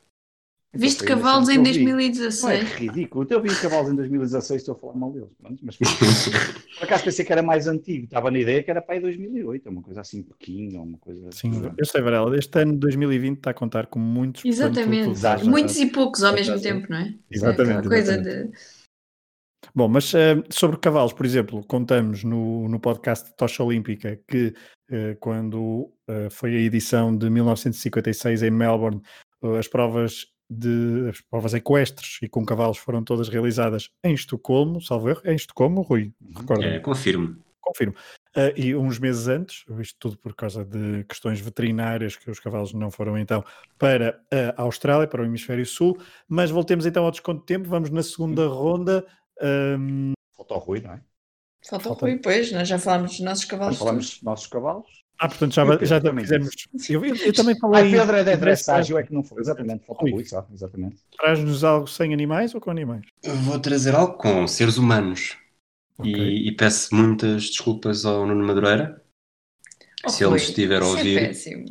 [SPEAKER 3] Então,
[SPEAKER 4] Viste
[SPEAKER 3] foi a
[SPEAKER 4] cavalos
[SPEAKER 3] cena
[SPEAKER 4] em
[SPEAKER 3] que eu vi. Não é
[SPEAKER 4] 2016.
[SPEAKER 3] ridículo. Eu vi cavalos em 2016, estou a falar mal deles. pronto, Mas por acaso pensei que era mais antigo. Estava na ideia que era para aí 2008, uma coisa assim, pequinho, uma coisa
[SPEAKER 1] Sim,
[SPEAKER 3] assim.
[SPEAKER 1] eu sei, Varela. Este ano de 2020 está a contar com muitos. portanto, tu- tu
[SPEAKER 4] Exatamente.
[SPEAKER 1] vais-
[SPEAKER 4] Muitos e poucos ao mesmo
[SPEAKER 1] Exatamente.
[SPEAKER 4] tempo, não é?
[SPEAKER 1] Exatamente,
[SPEAKER 4] Aquela coisa
[SPEAKER 1] exatamente.
[SPEAKER 4] de-
[SPEAKER 1] Bom, mas eh, sobre cavalos, por exemplo, contamos no, no podcast de Tocha Olímpica que eh, quando eh, foi a edição de 1956 em Melbourne, eh, as provas de as provas equestres e com cavalos foram todas realizadas em Estocolmo, salvo erro, é em Estocolmo, Rui,
[SPEAKER 3] Uhum.
[SPEAKER 1] recorda
[SPEAKER 2] É, confirmo.
[SPEAKER 1] confirmo. Ah, e uns meses antes, isto tudo por causa de questões veterinárias, que os cavalos não foram então para a Austrália, para o Hemisfério Sul, mas voltemos então ao desconto de tempo, vamos na segunda ronda. eh, Ahm,
[SPEAKER 3] Falta ao Rui, não é?
[SPEAKER 4] Falta o
[SPEAKER 1] Falta-
[SPEAKER 4] Rui, pois, nós já falámos dos nossos
[SPEAKER 3] Não
[SPEAKER 4] cavalos.
[SPEAKER 3] falamos dos nossos cavalos.
[SPEAKER 1] ah, portanto, já,
[SPEAKER 3] E o Pedro
[SPEAKER 1] já
[SPEAKER 3] também
[SPEAKER 1] fizemos. Eu, eu- eu também falei.
[SPEAKER 3] Ai, Pedro é de dressage, eu é
[SPEAKER 1] dressagem.
[SPEAKER 3] que não falei. Exatamente, falta o Rui, só. Exatamente.
[SPEAKER 1] Traz-nos algo sem animais ou com animais?
[SPEAKER 2] Eu Vou trazer algo com seres humanos.
[SPEAKER 1] Ok.
[SPEAKER 2] E, e peço muitas desculpas ao Nuno Madureira,
[SPEAKER 4] Oh,
[SPEAKER 2] se
[SPEAKER 4] Rui,
[SPEAKER 2] ele estiver a
[SPEAKER 4] isso é
[SPEAKER 2] ouvir,
[SPEAKER 4] péssimo.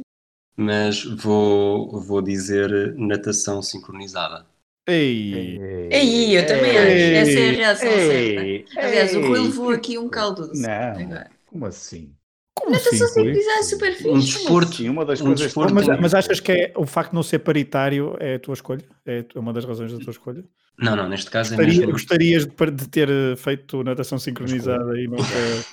[SPEAKER 2] mas vou, vou dizer natação sincronizada.
[SPEAKER 1] Ei!
[SPEAKER 4] Aí, eu também acho.
[SPEAKER 1] Ei,
[SPEAKER 4] Essa é a reação certa.
[SPEAKER 3] Ei,
[SPEAKER 4] Aliás, o Rui
[SPEAKER 3] ei,
[SPEAKER 4] levou
[SPEAKER 3] que-
[SPEAKER 4] aqui um caldo.
[SPEAKER 3] Não, como assim?
[SPEAKER 1] Como
[SPEAKER 4] Natação
[SPEAKER 1] assim, Rui?
[SPEAKER 4] sincronizada é super fixe.
[SPEAKER 2] Um desporto
[SPEAKER 3] Sim, uma das
[SPEAKER 2] Um
[SPEAKER 3] coisas.
[SPEAKER 2] desporto-
[SPEAKER 1] mas, mas achas que é, o facto de não ser paritário é a tua escolha? É a tua- uma das razões da tua escolha?
[SPEAKER 2] Não, não, neste caso é
[SPEAKER 1] Gostaria-
[SPEAKER 2] mesmo.
[SPEAKER 1] gostarias de, par- de ter eh, feito natação sincronizada e não ter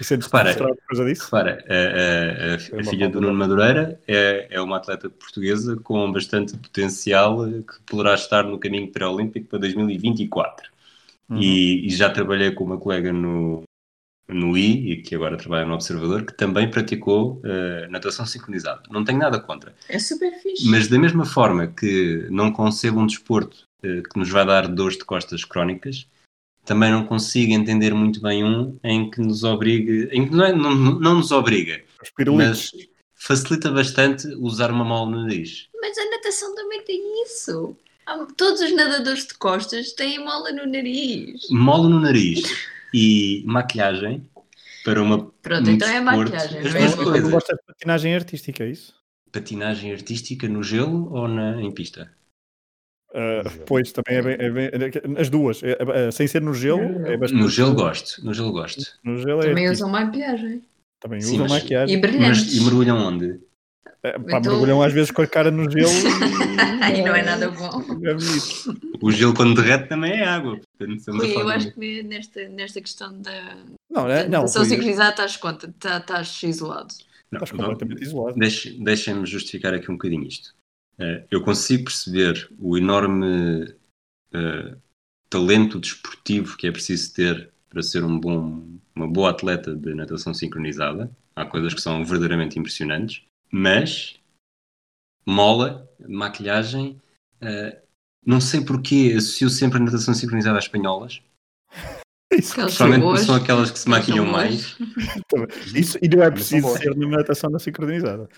[SPEAKER 1] e ser
[SPEAKER 2] Repara.
[SPEAKER 1] demonstrado por causa disso?
[SPEAKER 2] Repara, a- a- a-
[SPEAKER 3] Foi
[SPEAKER 2] a,
[SPEAKER 3] uma
[SPEAKER 2] filha
[SPEAKER 3] falta
[SPEAKER 2] do
[SPEAKER 3] de-
[SPEAKER 2] Nuno Madureira é, é uma atleta portuguesa com bastante potencial eh, que poderá estar no caminho pré-olímpico para 2024.
[SPEAKER 3] Uhum.
[SPEAKER 2] E, e já trabalhei com uma colega no, no I, e que agora trabalha no Observador, que também praticou eh, natação sincronizada. Não tenho nada contra.
[SPEAKER 4] É super fixe.
[SPEAKER 2] Mas da mesma forma que não concebo um desporto eh, que nos vai dar dores de costas crónicas, também não consigo entender muito bem um em que nos obrigue, em que não, é- não, não nos obriga,
[SPEAKER 1] Os pirulitos.
[SPEAKER 2] mas facilita bastante usar uma mão no nariz.
[SPEAKER 4] Mas a natação também tem isso. Há- um, Todos os nadadores de costas têm mola no nariz.
[SPEAKER 2] Molo no nariz e maquilhagem para uma
[SPEAKER 4] Pronto,
[SPEAKER 2] Um
[SPEAKER 4] então é a
[SPEAKER 2] desporto.
[SPEAKER 4] maquiagem.
[SPEAKER 2] As
[SPEAKER 4] não é?
[SPEAKER 1] Mas
[SPEAKER 2] duas
[SPEAKER 1] tu
[SPEAKER 2] coisas.
[SPEAKER 1] não gostas de patinagem artística, é isso?
[SPEAKER 2] patinagem artística no gelo ou na, em pista?
[SPEAKER 1] Ah,
[SPEAKER 3] Exato.
[SPEAKER 1] pois, também é bem, é bem- As duas. é- é- sem ser no gelo, é bastante.
[SPEAKER 2] No gelo gosto, no gelo gosto.
[SPEAKER 1] No gelo é
[SPEAKER 4] Também
[SPEAKER 1] artístico.
[SPEAKER 4] usam maquiagem.
[SPEAKER 1] Também
[SPEAKER 2] Sim,
[SPEAKER 1] usam
[SPEAKER 2] mas-
[SPEAKER 1] maquiagem.
[SPEAKER 4] E
[SPEAKER 2] Mas
[SPEAKER 4] brilhantes.
[SPEAKER 2] e mergulham onde?
[SPEAKER 1] É, pá,
[SPEAKER 4] Então-
[SPEAKER 1] mergulham às vezes com a cara no gelo.
[SPEAKER 4] Ai, não é nada bom.
[SPEAKER 1] É bonito.
[SPEAKER 2] O gelo quando derrete também é água. Portanto, estamos a
[SPEAKER 4] Rui, eu
[SPEAKER 2] falar de-
[SPEAKER 4] acho que nesta, nesta questão da
[SPEAKER 1] Não, não,
[SPEAKER 3] Ah,
[SPEAKER 1] não
[SPEAKER 4] natação
[SPEAKER 1] Rui,
[SPEAKER 4] sincronizada estás conta, tá- estás isolado.
[SPEAKER 2] Não,
[SPEAKER 1] estás
[SPEAKER 2] vamos-
[SPEAKER 1] completamente isolado.
[SPEAKER 2] Deixe- Deixem-me justificar aqui um bocadinho isto. Eh, eu consigo perceber o enorme eh, talento desportivo que é preciso ter para ser um bom, uma boa atleta de natação sincronizada. Há coisas que são verdadeiramente impressionantes, mas mola, maquilhagem. eh, não sei porquê associo sempre a natação sincronizada às espanholas.
[SPEAKER 1] É Isso,
[SPEAKER 4] Aquelas
[SPEAKER 2] Principalmente
[SPEAKER 4] boas.
[SPEAKER 2] são aquelas que se
[SPEAKER 4] Elas são
[SPEAKER 2] maquilham
[SPEAKER 4] boas.
[SPEAKER 2] mais.
[SPEAKER 1] isso- e não é
[SPEAKER 3] Mas são
[SPEAKER 1] preciso
[SPEAKER 3] boas.
[SPEAKER 1] ser uma natação não sincronizada.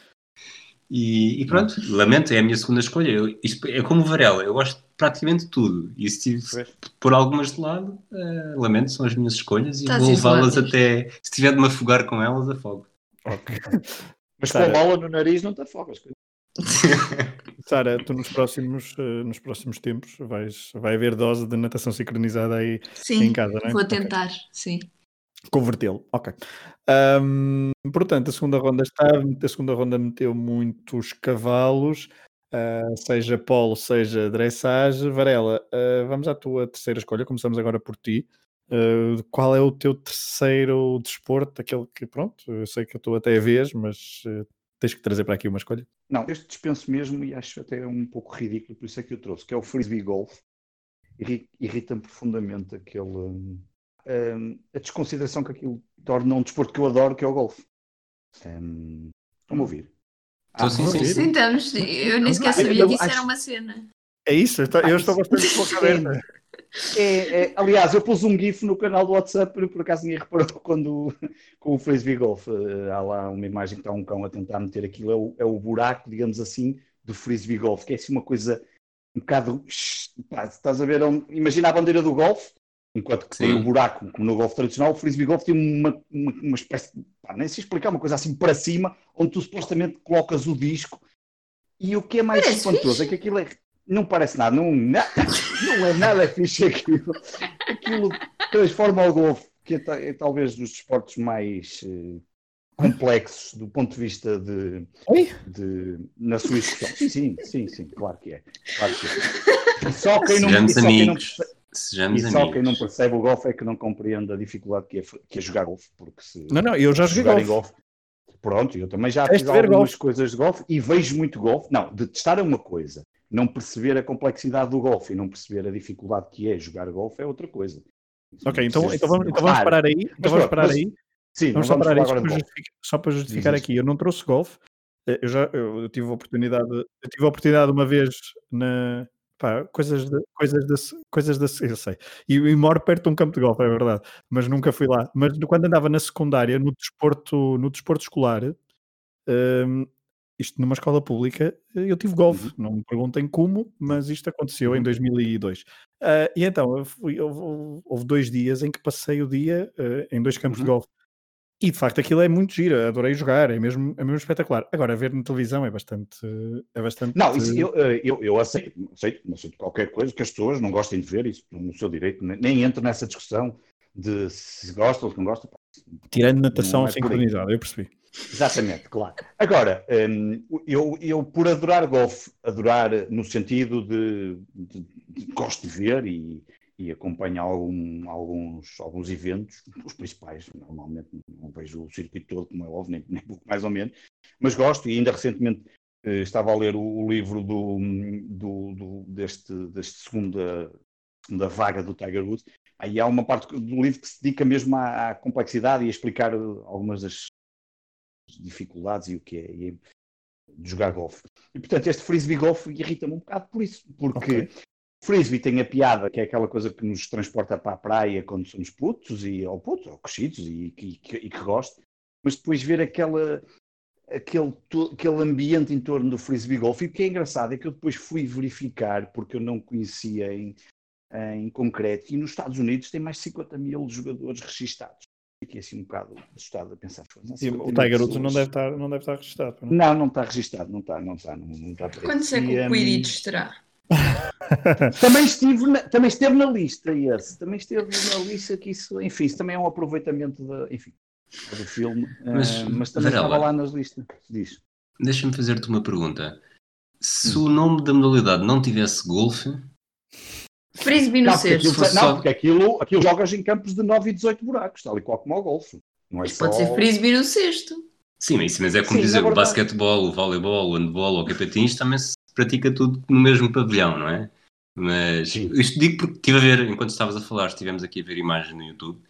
[SPEAKER 2] E, e pronto, lamento, é a minha segunda escolha. Eu- isto é como o Varela, eu gosto de praticamente tudo. E se tive
[SPEAKER 3] Pois.
[SPEAKER 2] de pôr algumas de lado, eh, lamento, são as minhas escolhas e
[SPEAKER 4] Estás
[SPEAKER 2] vou levá-las
[SPEAKER 4] isolado.
[SPEAKER 2] até. Se tiver de me afogar com elas, afogo.
[SPEAKER 3] Mas com
[SPEAKER 1] Sara.
[SPEAKER 3] a bola no nariz não te afogas.
[SPEAKER 1] Sara, tu nos próximos, eh, nos próximos tempos vais, vai haver dose de natação sincronizada aí em
[SPEAKER 4] Sim,
[SPEAKER 1] casa, não é?
[SPEAKER 4] vou
[SPEAKER 1] Ok.
[SPEAKER 4] tentar, sim.
[SPEAKER 1] Convertê-lo, ok. Ahm, portanto, a segunda ronda está, a segunda ronda meteu muitos cavalos, ah, seja polo, seja dressage. Varela, ah, vamos à tua terceira escolha, começamos agora por ti. Ah, qual é o teu terceiro desporto, aquele que, pronto, eu sei que tu até a vês, mas eh, tens que trazer para aqui uma escolha.
[SPEAKER 3] Não, este dispenso mesmo e acho até um pouco ridículo, por isso é que eu trouxe, que é o frisbee golf. Irri- Irrita-me profundamente aquele, hum, hum, a desconsideração que aquilo torna um desporto que eu adoro, que é o golfe. Hum, Estão-me a ouvir?
[SPEAKER 2] Estou Então, sim, sim,
[SPEAKER 1] sim.
[SPEAKER 4] Sim, estamos. Eu nem sequer
[SPEAKER 3] Ah,
[SPEAKER 4] sabia
[SPEAKER 3] eu
[SPEAKER 4] que isso era
[SPEAKER 3] acho-
[SPEAKER 4] uma cena.
[SPEAKER 1] É isso, eu estou, eu
[SPEAKER 3] Ah,
[SPEAKER 1] estou bastante com a cabeça.
[SPEAKER 3] É, é, aliás, eu pus um GIF no canal do WhatsApp, por, por acaso ninguém reparou quando com o Frisbee Golf. Eh, há lá uma imagem que está um cão a tentar meter aquilo, é o, é o buraco, digamos assim, do Frisbee Golf, que é assim uma coisa um bocado. pá, estás a ver? é um- imagina a bandeira do golfe, enquanto que tem
[SPEAKER 2] Sim.
[SPEAKER 3] o buraco, como no golfe tradicional, o Frisbee Golf tem uma, uma, uma espécie de. pá, nem sei explicar, uma coisa assim para cima, onde tu supostamente colocas o disco. E o que é mais
[SPEAKER 4] Parece
[SPEAKER 3] espantoso
[SPEAKER 4] fixe.
[SPEAKER 3] é que aquilo é. não parece nada, não, não é nada fixe aquilo. Aquilo transforma o golfe, que é, ta- é talvez dos desportos mais eh, complexos do ponto de vista de,
[SPEAKER 1] Oi?
[SPEAKER 3] de- na sua execução. Sim, sim, sim, sim, claro que é. Claro que é. E só quem não, e
[SPEAKER 2] Sejamos
[SPEAKER 3] só quem não
[SPEAKER 2] amigos. Sejamos
[SPEAKER 3] e só quem não
[SPEAKER 2] amigos.
[SPEAKER 3] percebe o golfe é que não compreende a dificuldade que é, f- que é jogar golfe, porque se
[SPEAKER 1] Não, não, eu já
[SPEAKER 3] se
[SPEAKER 1] joguei
[SPEAKER 3] jogarem
[SPEAKER 1] golfe.
[SPEAKER 3] golfe- Pronto, eu também já
[SPEAKER 1] Tens
[SPEAKER 3] fiz
[SPEAKER 1] de ver
[SPEAKER 3] algumas coisas de golfe e vejo muito golfe. Não, detestar é uma coisa, não perceber a complexidade do golfe e não perceber a dificuldade que é jogar golfe é outra coisa. Isso
[SPEAKER 1] Ok,
[SPEAKER 3] não
[SPEAKER 1] então,
[SPEAKER 3] precisa-
[SPEAKER 1] então, vamos, então vamos
[SPEAKER 3] Claro.
[SPEAKER 1] parar aí. Então vamos
[SPEAKER 3] pronto,
[SPEAKER 1] parar
[SPEAKER 3] mas-
[SPEAKER 1] aí.
[SPEAKER 3] Sim,
[SPEAKER 1] Vamos só
[SPEAKER 3] não vamos
[SPEAKER 1] parar
[SPEAKER 3] falar
[SPEAKER 1] isto
[SPEAKER 3] agora de
[SPEAKER 1] para
[SPEAKER 3] golfe.
[SPEAKER 1] justificar- só para justificar
[SPEAKER 3] Diz isso.
[SPEAKER 1] aqui. Eu não trouxe golfe. Eh, Eu já eu, eu tive a oportunidade, eu tive a oportunidade uma vez na pá, coisas de, coisas da se- coisas da se- eu sei. E, e moro perto de um campo de golfe, é verdade, mas nunca fui lá. Mas no- quando andava na secundária, no desporto, no desporto escolar, hum, isto numa escola pública, eh, eu tive
[SPEAKER 3] Uhum.
[SPEAKER 1] golfe. Não me perguntem como, mas isto aconteceu em 2002. Ah, e então, eu fui- houve, houve- houve dois dias em que passei o dia eh, em dois campos de
[SPEAKER 3] Uhum.
[SPEAKER 1] golfe. E de facto aquilo é muito giro, adorei jogar, é mesmo, é mesmo espetacular. Agora, ver na televisão é bastante. É bastante
[SPEAKER 3] Não, isso eu, eh, eu, eu aceito, aceito, aceito qualquer coisa que as pessoas não gostem de ver, isso no seu direito, nem- nem entro nessa discussão de se gostam ou se não gostam.
[SPEAKER 1] tirando natação
[SPEAKER 3] não é por aí.
[SPEAKER 1] sincronizada, eu percebi.
[SPEAKER 3] Exatamente, claro. Agora, hum, eu, eu por adorar golfe, adorar no sentido de, de- de- gosto de ver e, e acompanho algum- alguns, alguns eventos, os principais, normalmente não vejo o circuito todo, como é óbvio, nem, nem pouco mais ou menos, mas gosto e ainda recentemente eh, estava a ler o, o livro do, do, do- deste, deste segunda, segunda vaga do Tiger Woods. Aí há uma parte do livro que se dedica mesmo à, à complexidade e a explicar eh, algumas das dificuldades e o que é, e é de jogar golfe. E portanto, este frisbee golfe irrita-me um bocado por isso, porque
[SPEAKER 1] Ok.
[SPEAKER 3] frisbee tem a piada, que é aquela coisa que nos transporta para a praia quando somos putos e ou putos ou crescidos e, que- e que- e que gosto, mas depois ver aquela aquele, to- aquele ambiente em torno do frisbee golf. E o que é engraçado é que eu depois fui verificar, porque eu não conhecia em, em concreto, e nos Estados Unidos tem mais de 50 mil jogadores registados. Fiquei assim um bocado assustado a pensar. "Pô, não,
[SPEAKER 1] E o
[SPEAKER 3] 50 mil
[SPEAKER 1] Tiger Woods não
[SPEAKER 3] pessoas."
[SPEAKER 1] deve estar, não deve estar é um registado. pois não?
[SPEAKER 3] Não, não está registado, não está, não está, não, não está por aí.
[SPEAKER 4] Quantos é que
[SPEAKER 3] E,
[SPEAKER 4] o
[SPEAKER 3] hum,
[SPEAKER 4] Quidditch terá?
[SPEAKER 3] Também, estive na- também esteve na lista esse, também esteve na lista que isso, enfim, isso também é um aproveitamento da, enfim, do filme, eh,
[SPEAKER 2] Mas,
[SPEAKER 3] mas, também
[SPEAKER 2] Varela.
[SPEAKER 3] estava lá nas listas, diz.
[SPEAKER 2] Deixa-me fazer-te uma pergunta. Se
[SPEAKER 3] Hum.
[SPEAKER 2] o nome da modalidade não tivesse golfe,
[SPEAKER 4] Frisbee
[SPEAKER 3] Não,
[SPEAKER 4] no
[SPEAKER 3] porque
[SPEAKER 4] cesto.
[SPEAKER 3] aquilo,
[SPEAKER 2] Se fosse
[SPEAKER 3] não,
[SPEAKER 2] só-
[SPEAKER 3] porque aquilo, aquilo jogas em campos de 9 e 18 buracos, tal e qual como ao golfe. Não é
[SPEAKER 4] Isso
[SPEAKER 3] só...
[SPEAKER 4] pode ser frisbee no cesto.
[SPEAKER 2] sim, mas, mas é como
[SPEAKER 3] Sim,
[SPEAKER 2] dizer
[SPEAKER 3] é
[SPEAKER 2] o
[SPEAKER 3] verdade.
[SPEAKER 2] basquetebol, o voleibol, o handbol ou o capatins também se pratica tudo no mesmo pavilhão, não é? Mas
[SPEAKER 3] Sim.
[SPEAKER 2] isto digo porque estive a ver, enquanto estavas a falar, estivemos aqui a ver imagens no YouTube.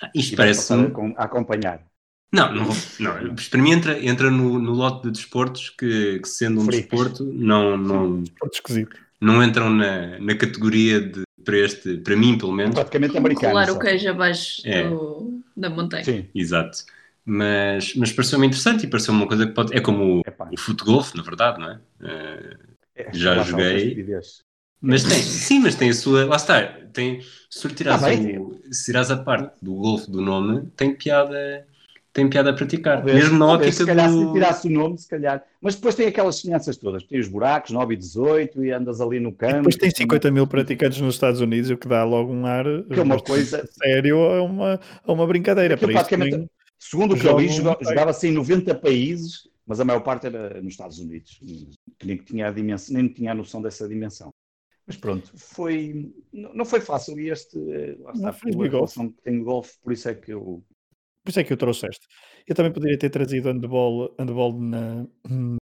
[SPEAKER 2] Ah,
[SPEAKER 3] e
[SPEAKER 2] Isto
[SPEAKER 3] vai
[SPEAKER 2] parece.
[SPEAKER 3] passar a com- a acompanhar.
[SPEAKER 2] Não, não, vou- não, isto para mim entra, entra no, no lote de desportos que, que sendo um
[SPEAKER 3] Freaks.
[SPEAKER 2] desporto, não, não,
[SPEAKER 1] Desporto esquisito.
[SPEAKER 2] não entram na, na categoria de, para este, para mim pelo menos,
[SPEAKER 3] Praticamente É
[SPEAKER 4] Como
[SPEAKER 3] americano.
[SPEAKER 4] colar o
[SPEAKER 3] só.
[SPEAKER 4] queijo abaixo
[SPEAKER 2] É.
[SPEAKER 4] do- da montanha.
[SPEAKER 3] Sim,
[SPEAKER 2] Exato. Mas, mas pareceu-me interessante e pareceu-me uma coisa que pode. É como o,
[SPEAKER 3] epá,
[SPEAKER 2] o futgolf, na verdade, não é? Eh,
[SPEAKER 3] é,
[SPEAKER 2] Já
[SPEAKER 3] lá está outra
[SPEAKER 2] joguei.
[SPEAKER 3] estupidez.
[SPEAKER 2] mas tem, sim, mas tem a sua. Lá está. Tem, se tu tirares,
[SPEAKER 3] Tá bem.
[SPEAKER 2] o, se tirares a parte do golfe do nome, tem piada, tem piada a praticar.
[SPEAKER 3] Talvez,
[SPEAKER 2] Mesmo na
[SPEAKER 3] talvez,
[SPEAKER 2] ótica
[SPEAKER 3] se calhar,
[SPEAKER 2] do.
[SPEAKER 3] se tirasse o nome, se calhar. Mas depois tem aquelas semelhanças todas. Tem os buracos, 9 e 18, e andas ali no campo.
[SPEAKER 1] Depois tem 50 mil praticantes nos Estados Unidos, o que dá logo um ar eh,
[SPEAKER 3] Que é uma
[SPEAKER 1] bastante
[SPEAKER 3] coisa-
[SPEAKER 1] sério a uma, a uma brincadeira.
[SPEAKER 3] Aquilo
[SPEAKER 1] Para isso
[SPEAKER 3] praticamente-
[SPEAKER 1] nem-
[SPEAKER 3] Segundo o que eu li,
[SPEAKER 1] Jogam-
[SPEAKER 3] joga- jogava-se em 90 países, mas a maior parte era nos Estados Unidos. Que nem, tinha a dimensão, nem tinha a noção dessa dimensão. Mas pronto, foi, não não foi fácil. E este, eh, lá
[SPEAKER 1] Não
[SPEAKER 3] está,
[SPEAKER 1] foi
[SPEAKER 3] pela
[SPEAKER 1] de golfe.
[SPEAKER 3] relação que tem golfe, por isso é que eu.
[SPEAKER 1] Por isso é que o trouxeste. Eu também poderia ter trazido handball, handball na. Como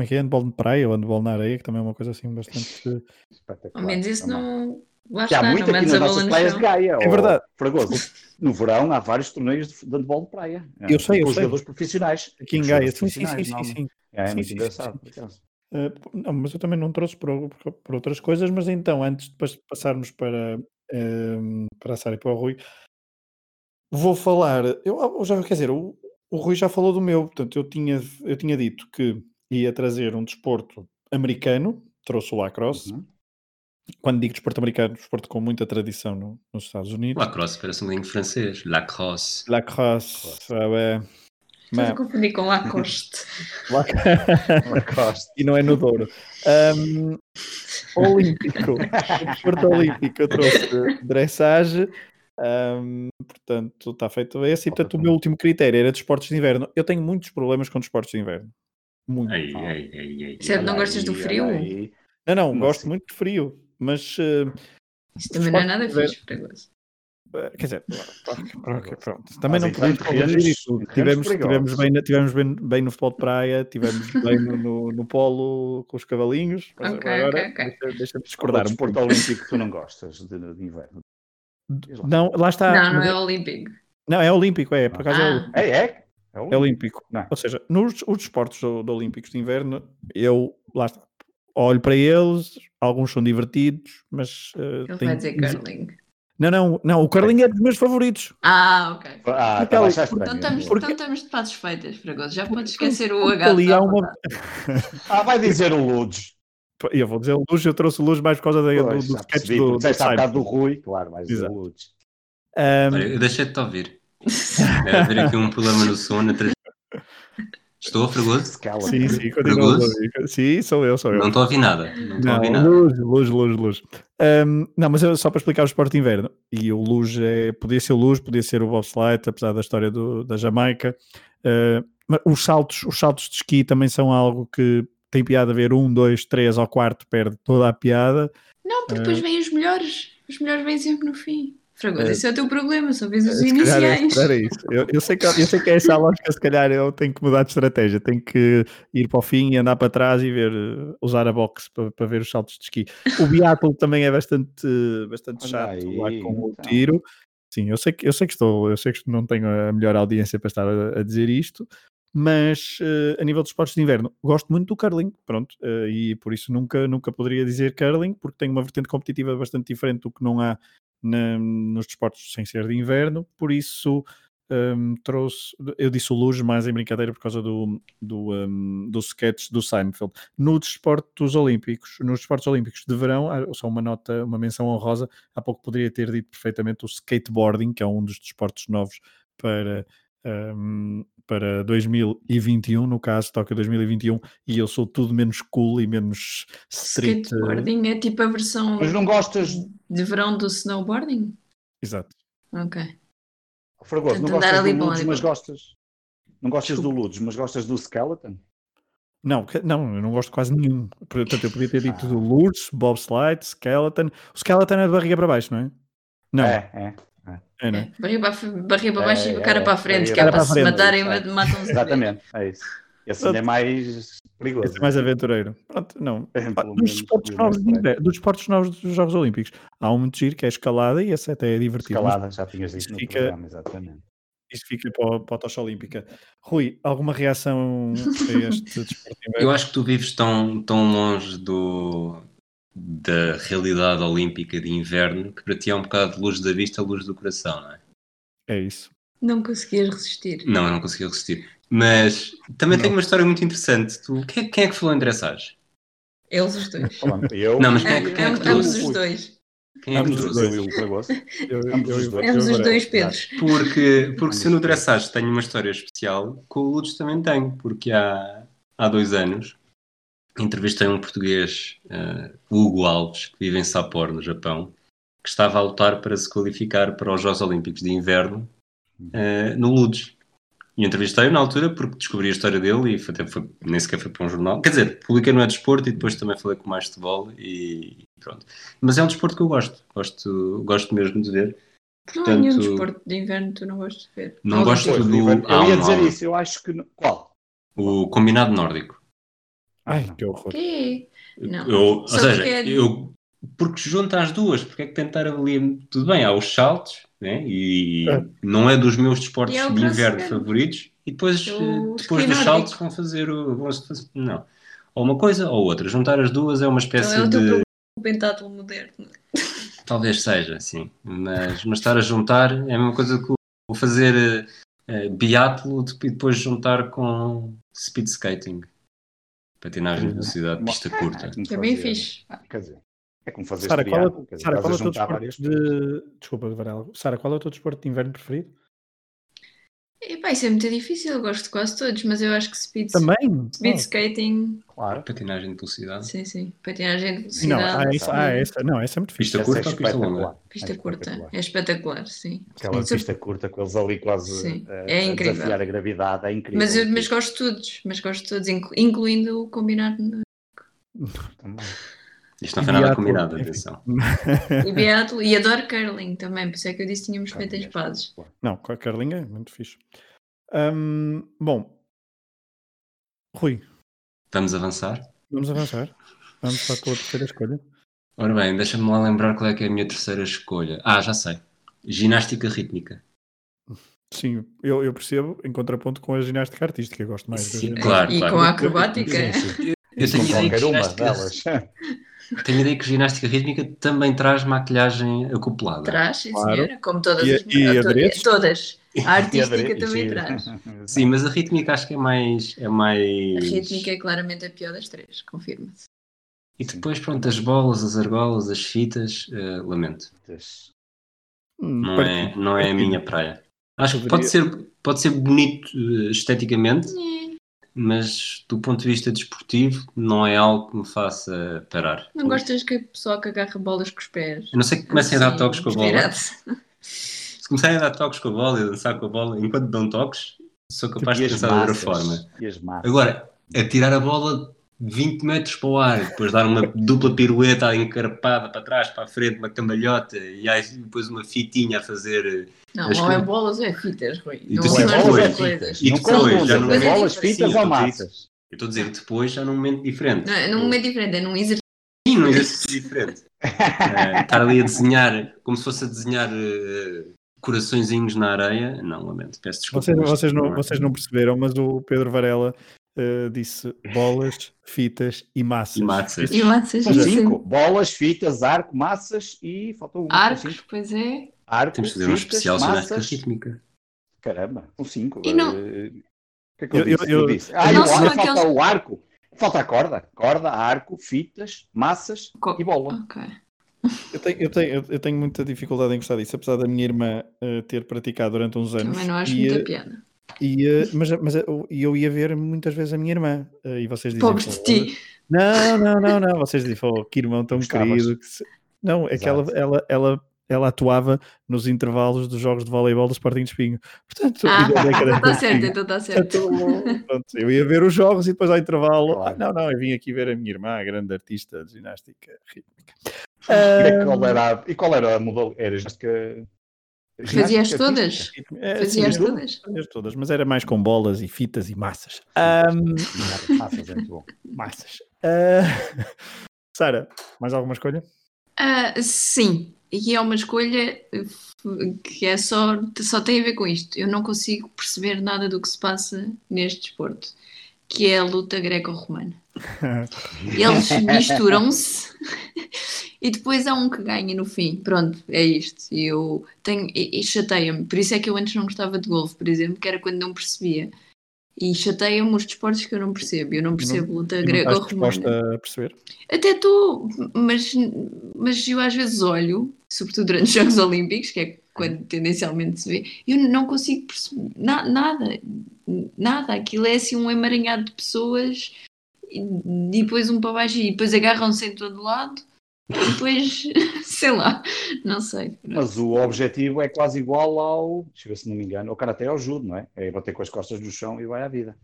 [SPEAKER 1] é que é? Handball de praia ou handball na areia, que também é uma coisa assim bastante.
[SPEAKER 4] Ao
[SPEAKER 3] espetacular
[SPEAKER 4] menos isso
[SPEAKER 3] também.
[SPEAKER 4] não. Lá
[SPEAKER 3] Que tá há
[SPEAKER 4] está,
[SPEAKER 3] muito
[SPEAKER 4] não
[SPEAKER 3] aqui
[SPEAKER 4] metes
[SPEAKER 3] nas
[SPEAKER 4] a bola
[SPEAKER 3] nossas
[SPEAKER 4] no
[SPEAKER 3] praias
[SPEAKER 4] chão.
[SPEAKER 3] de Gaia.
[SPEAKER 1] É
[SPEAKER 3] ou
[SPEAKER 1] verdade.
[SPEAKER 3] Fragoso. No verão há vários torneios de de handball de praia.
[SPEAKER 1] Eu sei, eu
[SPEAKER 3] Com
[SPEAKER 1] sei.
[SPEAKER 3] jogadores profissionais.
[SPEAKER 1] Aqui
[SPEAKER 3] Com
[SPEAKER 1] em
[SPEAKER 3] os
[SPEAKER 1] Gaia.
[SPEAKER 3] jogadores
[SPEAKER 1] Sim, sim, sim,
[SPEAKER 3] profissionais,
[SPEAKER 1] sim,
[SPEAKER 3] normalmente.
[SPEAKER 1] sim.
[SPEAKER 3] É,
[SPEAKER 1] Sim,
[SPEAKER 3] muito
[SPEAKER 1] sim,
[SPEAKER 3] engraçado.
[SPEAKER 1] sim.
[SPEAKER 3] por acaso.
[SPEAKER 1] Eh, p- não, mas eu também não trouxe por, ou- por- por outras coisas, mas então, antes de pas- passarmos para, ehm, para a Sara e para o Rui, vou falar. Eu, ah, eu já, quer dizer, o, o Rui já falou do meu, portanto, eu tinha, eu tinha dito que ia trazer um desporto americano, trouxe o lacrosse.
[SPEAKER 3] Uhum.
[SPEAKER 1] Quando digo desporto americano, desporto com muita tradição no- nos Estados Unidos.
[SPEAKER 2] Lacrosse parece um bocadinho francês. Lacrosse.
[SPEAKER 1] Lacrosse, ah, é, sabe?
[SPEAKER 4] Estás a confundir com Lacoste.
[SPEAKER 1] Lac-
[SPEAKER 3] Lacoste.
[SPEAKER 1] e não é no Douro. Ahm, olímpico. Desporto olímpico, eu trouxe dressage. Ahm, portanto, está feito esse. E portanto, o meu último critério era desportos de, inverno. Eu tenho muitos problemas com desportos de inverno. Muito.
[SPEAKER 2] Ai,
[SPEAKER 3] Ah.
[SPEAKER 2] ai, ai, ai.
[SPEAKER 4] Certo, não
[SPEAKER 3] Olha
[SPEAKER 4] gostas do
[SPEAKER 3] olha
[SPEAKER 4] frio?
[SPEAKER 3] aí.
[SPEAKER 1] Não, não,
[SPEAKER 3] Como
[SPEAKER 1] gosto
[SPEAKER 3] assim?
[SPEAKER 1] muito de frio, mas eh,
[SPEAKER 4] Isso também não é nada
[SPEAKER 1] Desporto de
[SPEAKER 4] fixe perigoso.
[SPEAKER 1] quer dizer, pronto, pronto. também não
[SPEAKER 3] Mas em
[SPEAKER 1] podemos
[SPEAKER 3] terrenos-
[SPEAKER 1] corrigir isso.
[SPEAKER 3] em terrenos
[SPEAKER 1] Tivemos,
[SPEAKER 3] perigosos.
[SPEAKER 1] tivemos, bem, na- tivemos bem, bem no futebol de praia, tivemos bem no, no, no polo com os cavalinhos. Mas
[SPEAKER 4] Ok,
[SPEAKER 1] agora
[SPEAKER 4] ok, ok.
[SPEAKER 1] deixa- deixa-me
[SPEAKER 3] Qual é
[SPEAKER 1] discordar.
[SPEAKER 3] o
[SPEAKER 1] um
[SPEAKER 3] desporto
[SPEAKER 1] pouco.
[SPEAKER 3] olímpico que tu não gostas de, de inverno? Diz lá.
[SPEAKER 1] Não, lá está.
[SPEAKER 4] não, não
[SPEAKER 1] Tá, mas
[SPEAKER 4] é olímpico.
[SPEAKER 1] Não, é olímpico, é, por acaso é
[SPEAKER 4] Ah.
[SPEAKER 1] olímpico.
[SPEAKER 3] É, é? É
[SPEAKER 1] é
[SPEAKER 3] olímpico.
[SPEAKER 1] olímpico.
[SPEAKER 3] Não.
[SPEAKER 1] Ou seja, nos os desportos do, do olímpicos de inverno, eu lá está, olho para eles, alguns são divertidos, mas eh,
[SPEAKER 4] Ele
[SPEAKER 1] tem-
[SPEAKER 4] vai dizer curling.
[SPEAKER 1] Não, não, não, o curling é dos meus favoritos.
[SPEAKER 4] Ah, ok.
[SPEAKER 3] Ah,
[SPEAKER 1] Porque ali-
[SPEAKER 3] estava a achar
[SPEAKER 4] Então
[SPEAKER 3] estranho.
[SPEAKER 4] estamos,
[SPEAKER 1] Porque-
[SPEAKER 4] então estamos de passos feitas, Fragoso. Já podes esquecer o
[SPEAKER 1] Porque
[SPEAKER 4] H.
[SPEAKER 1] ali há uma-
[SPEAKER 3] Ah, vai dizer o Ludes.
[SPEAKER 1] Eu vou dizer luz, eu trouxe luz mais por causa da, do, do
[SPEAKER 3] Pois, já
[SPEAKER 1] sketch
[SPEAKER 3] percebi.
[SPEAKER 1] do,
[SPEAKER 3] Tu
[SPEAKER 1] do
[SPEAKER 3] disseste há
[SPEAKER 1] Simon.
[SPEAKER 3] bocado do Rui, claro, vais dizer
[SPEAKER 1] Exato.
[SPEAKER 3] o Ludes.
[SPEAKER 1] Ahm,
[SPEAKER 2] Olha, eu deixei de te ouvir. Deve haver aqui um problema no som. Na trans- Estou, Fregoso?
[SPEAKER 3] Se cala.
[SPEAKER 1] sim, sim, continua. a
[SPEAKER 2] Fragoso?
[SPEAKER 1] ouvir. Sim, sou eu, sou eu.
[SPEAKER 2] Não estou a ouvir nada. Não estou a
[SPEAKER 1] Não,
[SPEAKER 2] ouvir nada.
[SPEAKER 1] luz, luz, luz, luz. Ahm, não, mas é só para explicar o esporte de inverno. E o luz é, podia ser o luz, podia ser o bobsled, apesar da história do- da Jamaica. Ah, mas os saltos, os saltos de esqui também são algo que tem piada a ver um, dois, três ou quarto, perde toda a piada.
[SPEAKER 4] Não, porque
[SPEAKER 1] É.
[SPEAKER 4] depois vêm os melhores. Os melhores vêm sempre no fim. Fragoso,
[SPEAKER 1] Eh,
[SPEAKER 4] esse é o teu problema, só vês os
[SPEAKER 1] Se calhar é-
[SPEAKER 4] iniciais.
[SPEAKER 1] se calhar é isso. Eu, eu sei que, eu sei que é essa a lógica, se calhar eu tenho que mudar de estratégia, tenho que ir para o fim e andar para trás e ver, eh, usar a box para, para ver os saltos de esqui. O biatlo também é bastante, eh, bastante
[SPEAKER 3] Olha
[SPEAKER 1] chato lá
[SPEAKER 3] aí,
[SPEAKER 1] com o
[SPEAKER 3] então.
[SPEAKER 1] tiro. Sim, eu sei, que, eu sei que estou, eu sei que não tenho a melhor audiência para estar a, a dizer isto, mas eh, a nível dos esportes de inverno, gosto muito do curling, pronto, eh, e por isso nunca, nunca poderia dizer curling, porque tem uma vertente competitiva bastante diferente do que não há na- nos desportos sem ser de inverno, por isso hum, trouxe, eu disse o Luz mais em brincadeira por causa do, do, hum, do sketch do Seinfeld. Nos desportos olímpicos, nos desportos olímpicos de verão, ah, só uma nota, uma menção honrosa, há pouco poderia ter dito perfeitamente o skateboarding, que é um dos desportos novos para... hum, para 2021, no caso, Tóquio 2021, e eu sou tudo menos cool e menos street. eh,
[SPEAKER 4] Skateboarding é tipo a versão
[SPEAKER 3] Mas não gostas,
[SPEAKER 4] de verão do snowboarding?
[SPEAKER 1] Exato.
[SPEAKER 4] Ok.
[SPEAKER 3] Fragoso, não
[SPEAKER 4] Tento andar
[SPEAKER 3] gostas do
[SPEAKER 4] ali para um
[SPEAKER 3] Ludes,
[SPEAKER 4] lado e
[SPEAKER 3] mas
[SPEAKER 4] para
[SPEAKER 3] gostas. Não gostas do Ludes, mas gostas do Skeleton?
[SPEAKER 1] Não, que- não, eu não gosto de quase nenhum. Portanto, eu podia ter dito do Lourdes, bobslide, skeleton. O skeleton é de barriga para baixo, não é? Não, é,
[SPEAKER 3] É, é.
[SPEAKER 1] não é?
[SPEAKER 4] Barriga para, f- barriga para baixo
[SPEAKER 3] É,
[SPEAKER 4] e cara
[SPEAKER 3] é,
[SPEAKER 4] para a frente,
[SPEAKER 3] barriga
[SPEAKER 4] que é
[SPEAKER 1] para
[SPEAKER 4] para
[SPEAKER 1] a
[SPEAKER 4] se
[SPEAKER 1] frente,
[SPEAKER 4] matarem
[SPEAKER 3] exato.
[SPEAKER 4] e matam-se.
[SPEAKER 3] Exatamente, é isso. Esse ainda é mais perigoso.
[SPEAKER 1] Esse é mais aventureiro. Pronto, não.
[SPEAKER 3] Pelo
[SPEAKER 1] Pá,
[SPEAKER 3] menos,
[SPEAKER 1] Dos esportes,
[SPEAKER 3] pelo
[SPEAKER 1] novos,
[SPEAKER 3] menos,
[SPEAKER 1] é de inverno- dos esportes novos dos Jogos Olímpicos, há um muito giro que é a escalada e esse até é divertido. mas
[SPEAKER 3] Escalada, já tinhas dito no
[SPEAKER 1] Fica-
[SPEAKER 3] programa, exatamente.
[SPEAKER 1] Isso fica para, o- para a tocha olímpica. Rui, alguma reação a este desporto de
[SPEAKER 2] Eu
[SPEAKER 1] inverno?
[SPEAKER 2] acho que tu vives tão, tão longe do, da realidade olímpica de inverno que para ti é um bocado luz da vista, luz do coração, não é?
[SPEAKER 1] É isso.
[SPEAKER 4] Não conseguias
[SPEAKER 1] Hum.
[SPEAKER 4] resistir.
[SPEAKER 2] Não, eu não consegui resistir. Mas também
[SPEAKER 1] Não.
[SPEAKER 2] tenho uma história muito interessante. Tu, quem, é, quem é que falou em dressage?
[SPEAKER 4] Eles os dois.
[SPEAKER 3] Pronto, eu,
[SPEAKER 2] Não, mas
[SPEAKER 4] É,
[SPEAKER 2] quem é que, quem é que
[SPEAKER 4] é, ambos
[SPEAKER 2] trouxe?
[SPEAKER 4] os dois.
[SPEAKER 2] Quem é que
[SPEAKER 1] Ambos os
[SPEAKER 2] trouxe?
[SPEAKER 3] eu e o Fragoso.
[SPEAKER 1] Eu,
[SPEAKER 3] Ambos os dois.
[SPEAKER 4] Ambos os
[SPEAKER 1] agora-
[SPEAKER 4] dois Pedros.
[SPEAKER 2] Porque, porque se eu no dressage tenho uma história especial, com o Ludes também tenho, porque há, há dois anos entrevistei um português, eh, Hugo Alves, que vive em Sapporo, no Japão, que estava a lutar para se qualificar para os Jogos Olímpicos de Inverno eh, no Ludes. E entrevistei-o na altura porque descobri a história dele e foi, até foi- nem sequer foi para um jornal. Quer dizer, publiquei no É Desporto e depois também falei com mais futebol e pronto. Mas é um desporto que eu gosto, gosto, gosto mesmo de ver.
[SPEAKER 4] Não há nenhum
[SPEAKER 2] Portanto-
[SPEAKER 4] desporto de inverno que tu não tipo, gostas de ver.
[SPEAKER 2] Não
[SPEAKER 4] Algum
[SPEAKER 2] gosto
[SPEAKER 4] desporto.
[SPEAKER 3] Pois,
[SPEAKER 2] do-
[SPEAKER 3] eu
[SPEAKER 2] há
[SPEAKER 3] ia
[SPEAKER 2] um-
[SPEAKER 3] dizer
[SPEAKER 2] há um-
[SPEAKER 3] isso, eu acho que... não- Qual?
[SPEAKER 2] O combinado nórdico.
[SPEAKER 1] Ai, que horror.
[SPEAKER 4] Quê? Não.
[SPEAKER 2] Eu, ou
[SPEAKER 4] Só
[SPEAKER 2] seja,
[SPEAKER 4] porque é-
[SPEAKER 2] eu, porque junta as duas, porque é que tentar ali. Tudo bem, há os saltos, né? e
[SPEAKER 1] É.
[SPEAKER 2] não é dos meus desportos
[SPEAKER 4] E é o
[SPEAKER 2] de inverno
[SPEAKER 4] crossfit.
[SPEAKER 2] favoritos, e depois,
[SPEAKER 4] Eu
[SPEAKER 2] eh, depois
[SPEAKER 4] esqui
[SPEAKER 2] dos
[SPEAKER 4] nórdico.
[SPEAKER 2] saltos vão fazer o. Vão -se fazer, não. Ou uma coisa ou outra. Juntar as duas é uma
[SPEAKER 4] Então
[SPEAKER 2] espécie
[SPEAKER 4] é o teu
[SPEAKER 2] de.
[SPEAKER 4] problema com o pentátulo moderno.
[SPEAKER 2] Talvez seja, sim. Mas, mas estar a juntar é a mesma coisa que o fazer uh, biatlo e depois juntar com speed skating. Patinagem de velocidade, pista
[SPEAKER 3] Ah,
[SPEAKER 2] curta.
[SPEAKER 3] como
[SPEAKER 4] É bem
[SPEAKER 3] fazer-
[SPEAKER 4] fixe.
[SPEAKER 3] Quer dizer, é como fazer
[SPEAKER 1] Sara, qual,
[SPEAKER 3] triângulo, quer
[SPEAKER 1] é-
[SPEAKER 3] dizer,
[SPEAKER 1] Sara,
[SPEAKER 3] estás
[SPEAKER 1] qual é o
[SPEAKER 3] a
[SPEAKER 1] teu
[SPEAKER 3] juntar várias
[SPEAKER 1] desporto de... Desculpa, Varela. Sara, qual é o teu desporto de inverno preferido?
[SPEAKER 4] Epá, isso é muito difícil, eu gosto de quase todos, mas eu acho que speed,
[SPEAKER 1] Também?
[SPEAKER 4] speed skating.
[SPEAKER 3] Claro.
[SPEAKER 2] Patinagem de velocidade.
[SPEAKER 4] Sim, sim. Patinagem de
[SPEAKER 1] Ah, não,
[SPEAKER 4] velocidade.
[SPEAKER 1] ah, isso, ah, essa, não, essa é muito fixe.
[SPEAKER 2] Pista
[SPEAKER 3] Essa é
[SPEAKER 2] curta ou pista longa?
[SPEAKER 3] espetacular.
[SPEAKER 4] Pista
[SPEAKER 3] É
[SPEAKER 4] curta.
[SPEAKER 3] espetacular.
[SPEAKER 4] É espetacular, sim.
[SPEAKER 3] Aquela
[SPEAKER 4] Sim.
[SPEAKER 3] pista curta com eles ali quase
[SPEAKER 4] Sim.
[SPEAKER 3] a,
[SPEAKER 4] É
[SPEAKER 3] a
[SPEAKER 4] incrível.
[SPEAKER 3] desafiar a gravidade, é incrível.
[SPEAKER 4] Mas, eu, mas gosto de todos, mas gosto de todos, inclu- incluindo o combinado no
[SPEAKER 3] Também.
[SPEAKER 2] Isto não foi nada
[SPEAKER 1] Imediato,
[SPEAKER 2] combinado,
[SPEAKER 1] enfim.
[SPEAKER 2] atenção.
[SPEAKER 4] e biatlo. E adoro curling também, por isso é que eu disse que tínhamos feito as pazes.
[SPEAKER 3] Claro.
[SPEAKER 1] Não, com a Carlinha, é muito fixe. Hum, bom, Rui,
[SPEAKER 2] Vamos avançar?
[SPEAKER 1] vamos avançar. Vamos para a tua terceira escolha.
[SPEAKER 2] Ora bem, deixa-me lá lembrar qual é que é a minha terceira escolha. Ah, já sei. Ginástica rítmica.
[SPEAKER 1] Sim, eu, eu percebo, em contraponto com a ginástica artística, eu gosto mais da
[SPEAKER 2] Sim,
[SPEAKER 1] ginástica.
[SPEAKER 2] claro,
[SPEAKER 4] e
[SPEAKER 2] claro.
[SPEAKER 4] com a
[SPEAKER 3] Sim,
[SPEAKER 4] acrobática.
[SPEAKER 3] sim.
[SPEAKER 2] Eu tenho
[SPEAKER 3] Com
[SPEAKER 2] ideia que
[SPEAKER 3] qualquer uma
[SPEAKER 2] ginástica-
[SPEAKER 3] delas.
[SPEAKER 2] Tenho ideia que ginástica rítmica também traz maquilhagem acoplada.
[SPEAKER 4] Traz, sim,
[SPEAKER 1] Claro.
[SPEAKER 4] senhora, como todas
[SPEAKER 1] E-
[SPEAKER 4] as
[SPEAKER 1] e
[SPEAKER 4] to-
[SPEAKER 1] adereços?
[SPEAKER 4] todas. A
[SPEAKER 3] E
[SPEAKER 4] artística
[SPEAKER 3] adorei-
[SPEAKER 4] também
[SPEAKER 3] sim.
[SPEAKER 4] traz.
[SPEAKER 2] Sim, mas a rítmica acho que é mais. É
[SPEAKER 4] A
[SPEAKER 2] mais...
[SPEAKER 4] rítmica é claramente a pior das três, confirma-se.
[SPEAKER 2] E depois, pronto, as bolas, as argolas, as fitas, eh, lamento.
[SPEAKER 1] Hum,
[SPEAKER 2] Não
[SPEAKER 1] parti-
[SPEAKER 2] é, não é a minha praia. Acho que
[SPEAKER 1] Poderia-
[SPEAKER 2] pode ser, pode ser bonito eh, esteticamente,
[SPEAKER 4] Nhé,
[SPEAKER 2] mas do ponto de vista desportivo, não é algo que me faça parar.
[SPEAKER 4] Não gostas que a pessoa que agarra bolas com os pés?
[SPEAKER 2] A não ser que comecem a dar
[SPEAKER 4] Sim,
[SPEAKER 2] toques com a bola.
[SPEAKER 4] inspirado.
[SPEAKER 2] Se começarem a dar toques com a bola e a dançar com a bola enquanto dão toques, sou capaz
[SPEAKER 3] E
[SPEAKER 2] de
[SPEAKER 3] as
[SPEAKER 2] pensar de é outra
[SPEAKER 3] massas,
[SPEAKER 2] forma.
[SPEAKER 3] E as massas.
[SPEAKER 2] Agora, atirar a bola 20 metros para o ar, depois dar uma dupla pirueta encarpada para trás, para a frente, uma cambalhota e aí depois uma fitinha a fazer.
[SPEAKER 4] Não,
[SPEAKER 2] Acho
[SPEAKER 4] ou
[SPEAKER 2] que-
[SPEAKER 4] é bolas ou é fitas, Rui.
[SPEAKER 2] E
[SPEAKER 4] Não
[SPEAKER 2] tu
[SPEAKER 4] são
[SPEAKER 2] sempre
[SPEAKER 4] as
[SPEAKER 2] foi.
[SPEAKER 4] duas coisas.
[SPEAKER 2] E
[SPEAKER 3] é não
[SPEAKER 2] depois, já
[SPEAKER 3] confundam
[SPEAKER 2] não
[SPEAKER 4] é
[SPEAKER 3] bolas
[SPEAKER 4] diferente.
[SPEAKER 3] fitas
[SPEAKER 2] Sim, eu
[SPEAKER 3] ou
[SPEAKER 2] tô a dizer.
[SPEAKER 3] massas.
[SPEAKER 2] Eu estou a dizer depois, já num momento diferente.
[SPEAKER 4] Não, é num momento diferente, é num exercício.
[SPEAKER 2] Sim, num
[SPEAKER 3] é
[SPEAKER 2] exercício diferente. Eh, estar ali a desenhar, como se fosse a desenhar eh, coraçõezinhos na areia, não, lamento, peço desculpa.
[SPEAKER 1] Vocês,
[SPEAKER 2] mas
[SPEAKER 1] vocês não,
[SPEAKER 2] é.
[SPEAKER 1] vocês não perceberam, mas o Pedro Varela eh, disse bolas, fitas e massas.
[SPEAKER 2] E massas.
[SPEAKER 4] E lanças assim?
[SPEAKER 3] São
[SPEAKER 4] isso.
[SPEAKER 3] cinco. Bolas, fitas, arco, massas e faltou um. São
[SPEAKER 4] Arcos,
[SPEAKER 3] cinco.
[SPEAKER 4] pois é.
[SPEAKER 3] Arco,
[SPEAKER 2] Temos de fazer um
[SPEAKER 3] fitas,
[SPEAKER 2] especial ginástica
[SPEAKER 3] massas.
[SPEAKER 2] rítmica.
[SPEAKER 3] Caramba, são cinco.
[SPEAKER 4] E não-
[SPEAKER 3] Eh, O que é que eu,
[SPEAKER 1] Eu-
[SPEAKER 3] disse?
[SPEAKER 1] eu- eu-
[SPEAKER 3] disse. Ah, e
[SPEAKER 4] Não
[SPEAKER 3] o
[SPEAKER 4] são
[SPEAKER 3] ar- falta
[SPEAKER 4] aqueles-
[SPEAKER 3] o arco. Falta a corda. Corda, arco, fitas, massas
[SPEAKER 4] Co-
[SPEAKER 3] e bola.
[SPEAKER 4] Ok.
[SPEAKER 1] Eu, tenho, eu, tenho, eu tenho muita dificuldade em gostar disso, apesar da minha irmã eh, ter praticado durante uns anos.
[SPEAKER 4] Também não acho
[SPEAKER 1] e, eh,
[SPEAKER 4] muita piada.
[SPEAKER 1] e, eh, mas mas eu, e eu ia ver muitas vezes a minha irmã. eh, e vocês dizem,
[SPEAKER 4] Pobre
[SPEAKER 1] "Pô,
[SPEAKER 4] de ti.
[SPEAKER 1] Não, não, não, não. Vocês dizem, "Oh, que irmão tão
[SPEAKER 3] Gostavas.
[SPEAKER 1] querido. que se-" Não, é que ela,
[SPEAKER 3] Exato.
[SPEAKER 1] ela, ela, ela atuava nos intervalos dos jogos de voleibol do Sporting de Espinho. Portanto,
[SPEAKER 4] Ah,
[SPEAKER 1] e da década de
[SPEAKER 4] então está certo,
[SPEAKER 1] 80.
[SPEAKER 4] então está certo.
[SPEAKER 1] Portanto, pronto, eu ia ver os jogos e depois ao intervalo.
[SPEAKER 3] Claro.
[SPEAKER 1] "Ah, não, não, eu vim aqui ver a minha irmã, a grande artista de ginástica rítmica.
[SPEAKER 3] E, é
[SPEAKER 1] Ah,
[SPEAKER 3] qual era, a- e qual era a modalidade? Era ginástica.
[SPEAKER 4] Fazias
[SPEAKER 3] ginástica
[SPEAKER 4] todas?
[SPEAKER 3] artística?
[SPEAKER 1] é, sim,
[SPEAKER 4] Fazias
[SPEAKER 1] eu-
[SPEAKER 4] todas?
[SPEAKER 1] fazias todas, mas era mais com bolas e fitas e massas.
[SPEAKER 3] Sim, Massas, é muito bom.
[SPEAKER 1] Massas. Ah, Sara, mais alguma escolha?
[SPEAKER 4] Ah, sim. E é uma escolha eh, que é só, só tem a ver com isto. Eu não consigo perceber nada do que se passa neste desporto, que é a luta greco-romana. Eles misturam-se e depois há um que ganha no fim. Pronto, é isto. E Eu tenho e, e chateia-me. Por isso é que eu antes não gostava de golfe, por exemplo, que era quando não percebia. E chateia-me os desportos que eu não percebo. Eu não percebo luta
[SPEAKER 1] E não estás
[SPEAKER 4] greco-romana.
[SPEAKER 1] disposta a perceber?
[SPEAKER 4] Até estou, mas, mas eu às vezes olho, sobretudo durante os Jogos Olímpicos, que é quando tendencialmente se vê, eu não consigo perceber na- nada, nada. Aquilo é assim um emaranhado de pessoas e e depois um para baixo e depois agarram-se em todo lado e depois, sei lá, não sei.
[SPEAKER 3] Mas o objetivo é quase igual ao. Deixa eu ver se não me engano. O até é o judo, não é? É bater com as costas no chão e vai à vida.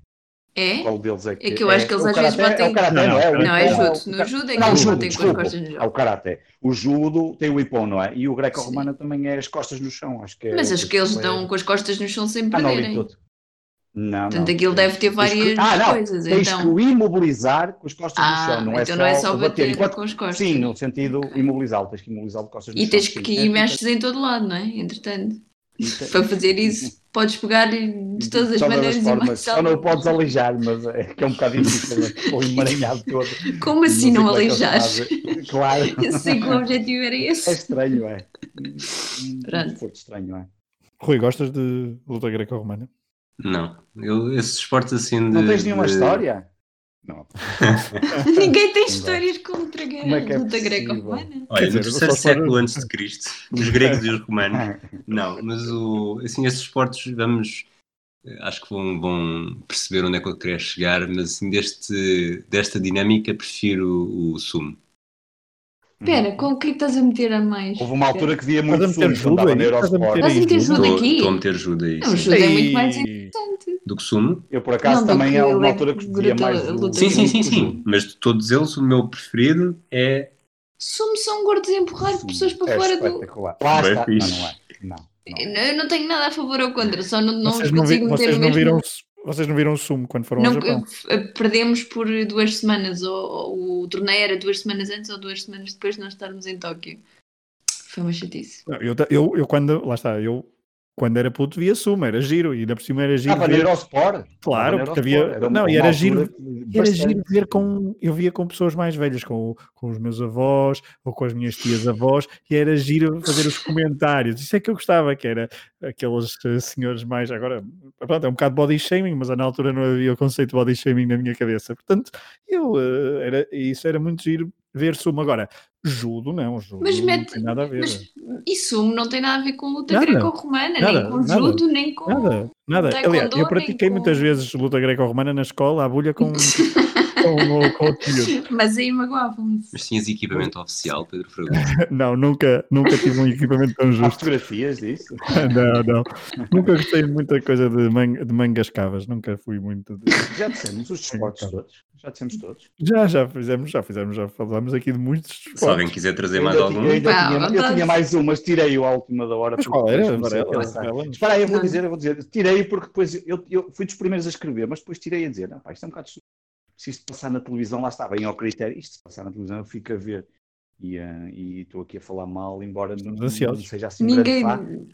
[SPEAKER 4] É?
[SPEAKER 3] Qual deles é que
[SPEAKER 4] É que eu acho que eles
[SPEAKER 3] o
[SPEAKER 4] às vezes
[SPEAKER 3] karaté- é o karaté,
[SPEAKER 4] batem-
[SPEAKER 1] Não,
[SPEAKER 3] não é? O
[SPEAKER 4] Não, é
[SPEAKER 3] nippon,
[SPEAKER 4] judo.
[SPEAKER 3] o
[SPEAKER 4] No
[SPEAKER 3] ka-
[SPEAKER 4] judo é que
[SPEAKER 3] Não,
[SPEAKER 4] eles
[SPEAKER 3] judo,
[SPEAKER 4] batem com as
[SPEAKER 3] desculpa.
[SPEAKER 4] costas no
[SPEAKER 3] É o
[SPEAKER 4] jogo.
[SPEAKER 3] karaté. O judo tem o ippon, não é? E o greco-romano também é as costas no chão, acho que é.
[SPEAKER 4] Mas acho que eles
[SPEAKER 3] é-
[SPEAKER 4] dão com as costas no chão sem
[SPEAKER 3] Ah, não, li
[SPEAKER 4] perderem.
[SPEAKER 3] tudo. Não,
[SPEAKER 4] Portanto,
[SPEAKER 3] não.
[SPEAKER 4] aquilo deve ter
[SPEAKER 3] Tens que-
[SPEAKER 4] várias
[SPEAKER 3] Ah, não.
[SPEAKER 4] coisas.
[SPEAKER 3] Tens
[SPEAKER 4] Então,
[SPEAKER 3] que o imobilizar com as costas no
[SPEAKER 4] Ah,
[SPEAKER 3] chão, não é
[SPEAKER 4] então
[SPEAKER 3] só
[SPEAKER 4] não é só bater,
[SPEAKER 3] Enquanto-
[SPEAKER 4] com as costas.
[SPEAKER 3] Sim, no sentido
[SPEAKER 4] Ok.
[SPEAKER 3] imobilizá-lo, tens que imobilizá-lo com as costas no
[SPEAKER 4] E
[SPEAKER 3] chão.
[SPEAKER 4] tens
[SPEAKER 3] sim.
[SPEAKER 4] que
[SPEAKER 3] É,
[SPEAKER 4] ir mexes em todo lado, não é? Entretanto,
[SPEAKER 3] fica-
[SPEAKER 4] para fazer isso, podes pegar de todas as
[SPEAKER 3] Só
[SPEAKER 4] maneiras e
[SPEAKER 3] formas.
[SPEAKER 4] mais
[SPEAKER 3] Só não o
[SPEAKER 4] algumas.
[SPEAKER 3] podes aleijar, mas é que é um bocado difícil, né? o emaranhado todo.
[SPEAKER 4] Como assim
[SPEAKER 3] sei
[SPEAKER 4] não,
[SPEAKER 3] como é que eles
[SPEAKER 4] aleijares?
[SPEAKER 3] fazem. Claro.
[SPEAKER 4] Eu sei que o objetivo era
[SPEAKER 3] É
[SPEAKER 4] esse.
[SPEAKER 3] estranho, é.
[SPEAKER 4] Pronto.
[SPEAKER 3] Um desporto estranho, é.
[SPEAKER 1] Rui, gostas de luta greco-romana?
[SPEAKER 2] Não, eu, esses esportes assim de.
[SPEAKER 3] Não tens nenhuma
[SPEAKER 2] de-
[SPEAKER 3] história? Não.
[SPEAKER 4] Ninguém tem
[SPEAKER 3] Não dá.
[SPEAKER 4] histórias como tragar
[SPEAKER 3] Como é que é
[SPEAKER 4] luta
[SPEAKER 3] possível?
[SPEAKER 4] greco-romana.
[SPEAKER 1] Quer
[SPEAKER 2] Olha,
[SPEAKER 1] dizer, eu
[SPEAKER 2] no terceiro
[SPEAKER 1] só falo-
[SPEAKER 2] século antes de Cristo, dos gregos e os romanos, não, mas o, assim, esses esportes, vamos, acho que vão, vão perceber onde é que eu queria chegar, mas assim, deste, desta dinâmica prefiro o sumo.
[SPEAKER 3] Uhum.
[SPEAKER 4] Espera, com o que é que estás a meter a mais?
[SPEAKER 3] Hum. Houve uma altura que via muito
[SPEAKER 1] Estás a meter
[SPEAKER 3] sumo,
[SPEAKER 1] judo
[SPEAKER 3] juntava
[SPEAKER 1] aí?
[SPEAKER 3] na
[SPEAKER 1] Estás a meter
[SPEAKER 3] Eurosport.
[SPEAKER 4] Estás a meter ajuda
[SPEAKER 2] Estou
[SPEAKER 4] aqui?
[SPEAKER 2] estou a meter ajuda aí.
[SPEAKER 4] Não,
[SPEAKER 2] sim.
[SPEAKER 4] ajuda é muito mais
[SPEAKER 1] Ei.
[SPEAKER 4] interessante.
[SPEAKER 2] Do que sumo?
[SPEAKER 3] Eu, por acaso,
[SPEAKER 4] Não,
[SPEAKER 3] também
[SPEAKER 4] porque
[SPEAKER 3] há uma
[SPEAKER 4] ele é
[SPEAKER 3] altura que via
[SPEAKER 4] brutal-
[SPEAKER 3] mais do
[SPEAKER 4] luta
[SPEAKER 2] Sim, sim,
[SPEAKER 4] Sim,
[SPEAKER 2] sim, sim. Mas de todos eles, o meu preferido é
[SPEAKER 4] Sumo são gordos a empurrar pessoas para
[SPEAKER 3] é
[SPEAKER 4] fora do.
[SPEAKER 3] espetacular. Lá
[SPEAKER 2] Bem
[SPEAKER 3] está.
[SPEAKER 2] fixe.
[SPEAKER 3] Não, não é. Não, não.
[SPEAKER 4] Eu não tenho nada a favor ou contra, só não, não os
[SPEAKER 1] vocês, não vi-
[SPEAKER 4] consigo meter
[SPEAKER 1] vocês
[SPEAKER 4] no
[SPEAKER 1] não
[SPEAKER 4] mesmo.
[SPEAKER 1] viram, vocês não viram o sumo quando foram
[SPEAKER 4] Não,
[SPEAKER 1] ao Japão?
[SPEAKER 4] eh, perdemos por duas semanas, ou, ou o torneio era duas semanas antes ou duas semanas depois de nós estarmos em Tóquio. Foi uma chatice.
[SPEAKER 1] Não, Eu, ta- eu, eu quando, lá está, eu quando era puto via sumo, era giro, e ainda por cima Ah, era giro.
[SPEAKER 3] Estava na
[SPEAKER 1] ver-
[SPEAKER 3] Eurosport.
[SPEAKER 1] Claro,
[SPEAKER 3] Estava na
[SPEAKER 1] porque havia-
[SPEAKER 3] Eurosport.
[SPEAKER 1] não, e
[SPEAKER 3] uma
[SPEAKER 1] era
[SPEAKER 3] altura
[SPEAKER 1] giro-
[SPEAKER 3] que-
[SPEAKER 1] era
[SPEAKER 3] bastante.
[SPEAKER 1] giro ver com. Eu via com pessoas mais velhas, com, com os meus avós ou com as minhas tias avós, e era giro fazer os comentários. Isso é que eu gostava, que era aqueles eh, senhores mais. Agora, pronto, é um bocado body shaming, mas na altura não havia o conceito de body shaming na minha cabeça. Portanto, eu. eh, Era, isso era muito giro ver sumo. Agora, judo não, judo
[SPEAKER 4] Mas
[SPEAKER 1] não
[SPEAKER 4] mete-
[SPEAKER 1] tem nada a ver.
[SPEAKER 4] Mas e sumo não tem nada a ver com luta
[SPEAKER 1] Nada.
[SPEAKER 4] greco-romana, nem
[SPEAKER 1] Nada,
[SPEAKER 4] com
[SPEAKER 1] nada.
[SPEAKER 4] judo, nem com.
[SPEAKER 1] Nada, nada.
[SPEAKER 4] taekwondo,
[SPEAKER 1] Aliás, eu
[SPEAKER 4] nem
[SPEAKER 1] pratiquei
[SPEAKER 4] com-
[SPEAKER 1] muitas vezes luta greco-romana na escola, à bulha com, um com, com o tio.
[SPEAKER 4] Mas aí magoavam-se.
[SPEAKER 2] Mas tinhas equipamento oficial, Pedro Fragoso.
[SPEAKER 1] Não, nunca, nunca tive um equipamento tão
[SPEAKER 3] Há
[SPEAKER 1] justo.
[SPEAKER 3] fotografias disso?
[SPEAKER 1] Não, não. Nunca gostei de muita coisa de, man- de mangas cavas. Nunca fui muito. de-
[SPEAKER 3] Já dissemos os esportes
[SPEAKER 1] Então.
[SPEAKER 3] todos. Já dissemos todos.
[SPEAKER 1] Já, já fizemos, já fizemos, já falámos aqui de muitos.
[SPEAKER 2] Se alguém
[SPEAKER 1] esportes.
[SPEAKER 2] quiser trazer
[SPEAKER 3] Eu
[SPEAKER 2] mais
[SPEAKER 3] ainda tinha-
[SPEAKER 2] algum,
[SPEAKER 3] eu ainda
[SPEAKER 4] Pá,
[SPEAKER 3] tinha- eu
[SPEAKER 4] vontade.
[SPEAKER 3] tinha mais umas, tirei-o à última da hora.
[SPEAKER 1] Mas
[SPEAKER 3] porque
[SPEAKER 1] qual era?
[SPEAKER 3] depois comecei a
[SPEAKER 1] Varela?
[SPEAKER 3] pensar.
[SPEAKER 1] Varela?
[SPEAKER 3] Espera aí, eu vou
[SPEAKER 4] Não.
[SPEAKER 3] dizer, eu vou dizer. Tirei porque depois eu, eu fui dos primeiros a escrever, mas depois tirei a dizer, não, pá, isto é um bocado estúpido. Se isto passar na televisão, lá está bem ao critério. Isto se passar na televisão, eu fico a ver. E ah, e estou aqui a falar mal, embora não,
[SPEAKER 1] Estamos
[SPEAKER 3] não
[SPEAKER 1] ansiosos.
[SPEAKER 3] seja assim um grande
[SPEAKER 4] Ninguém.
[SPEAKER 3] fã.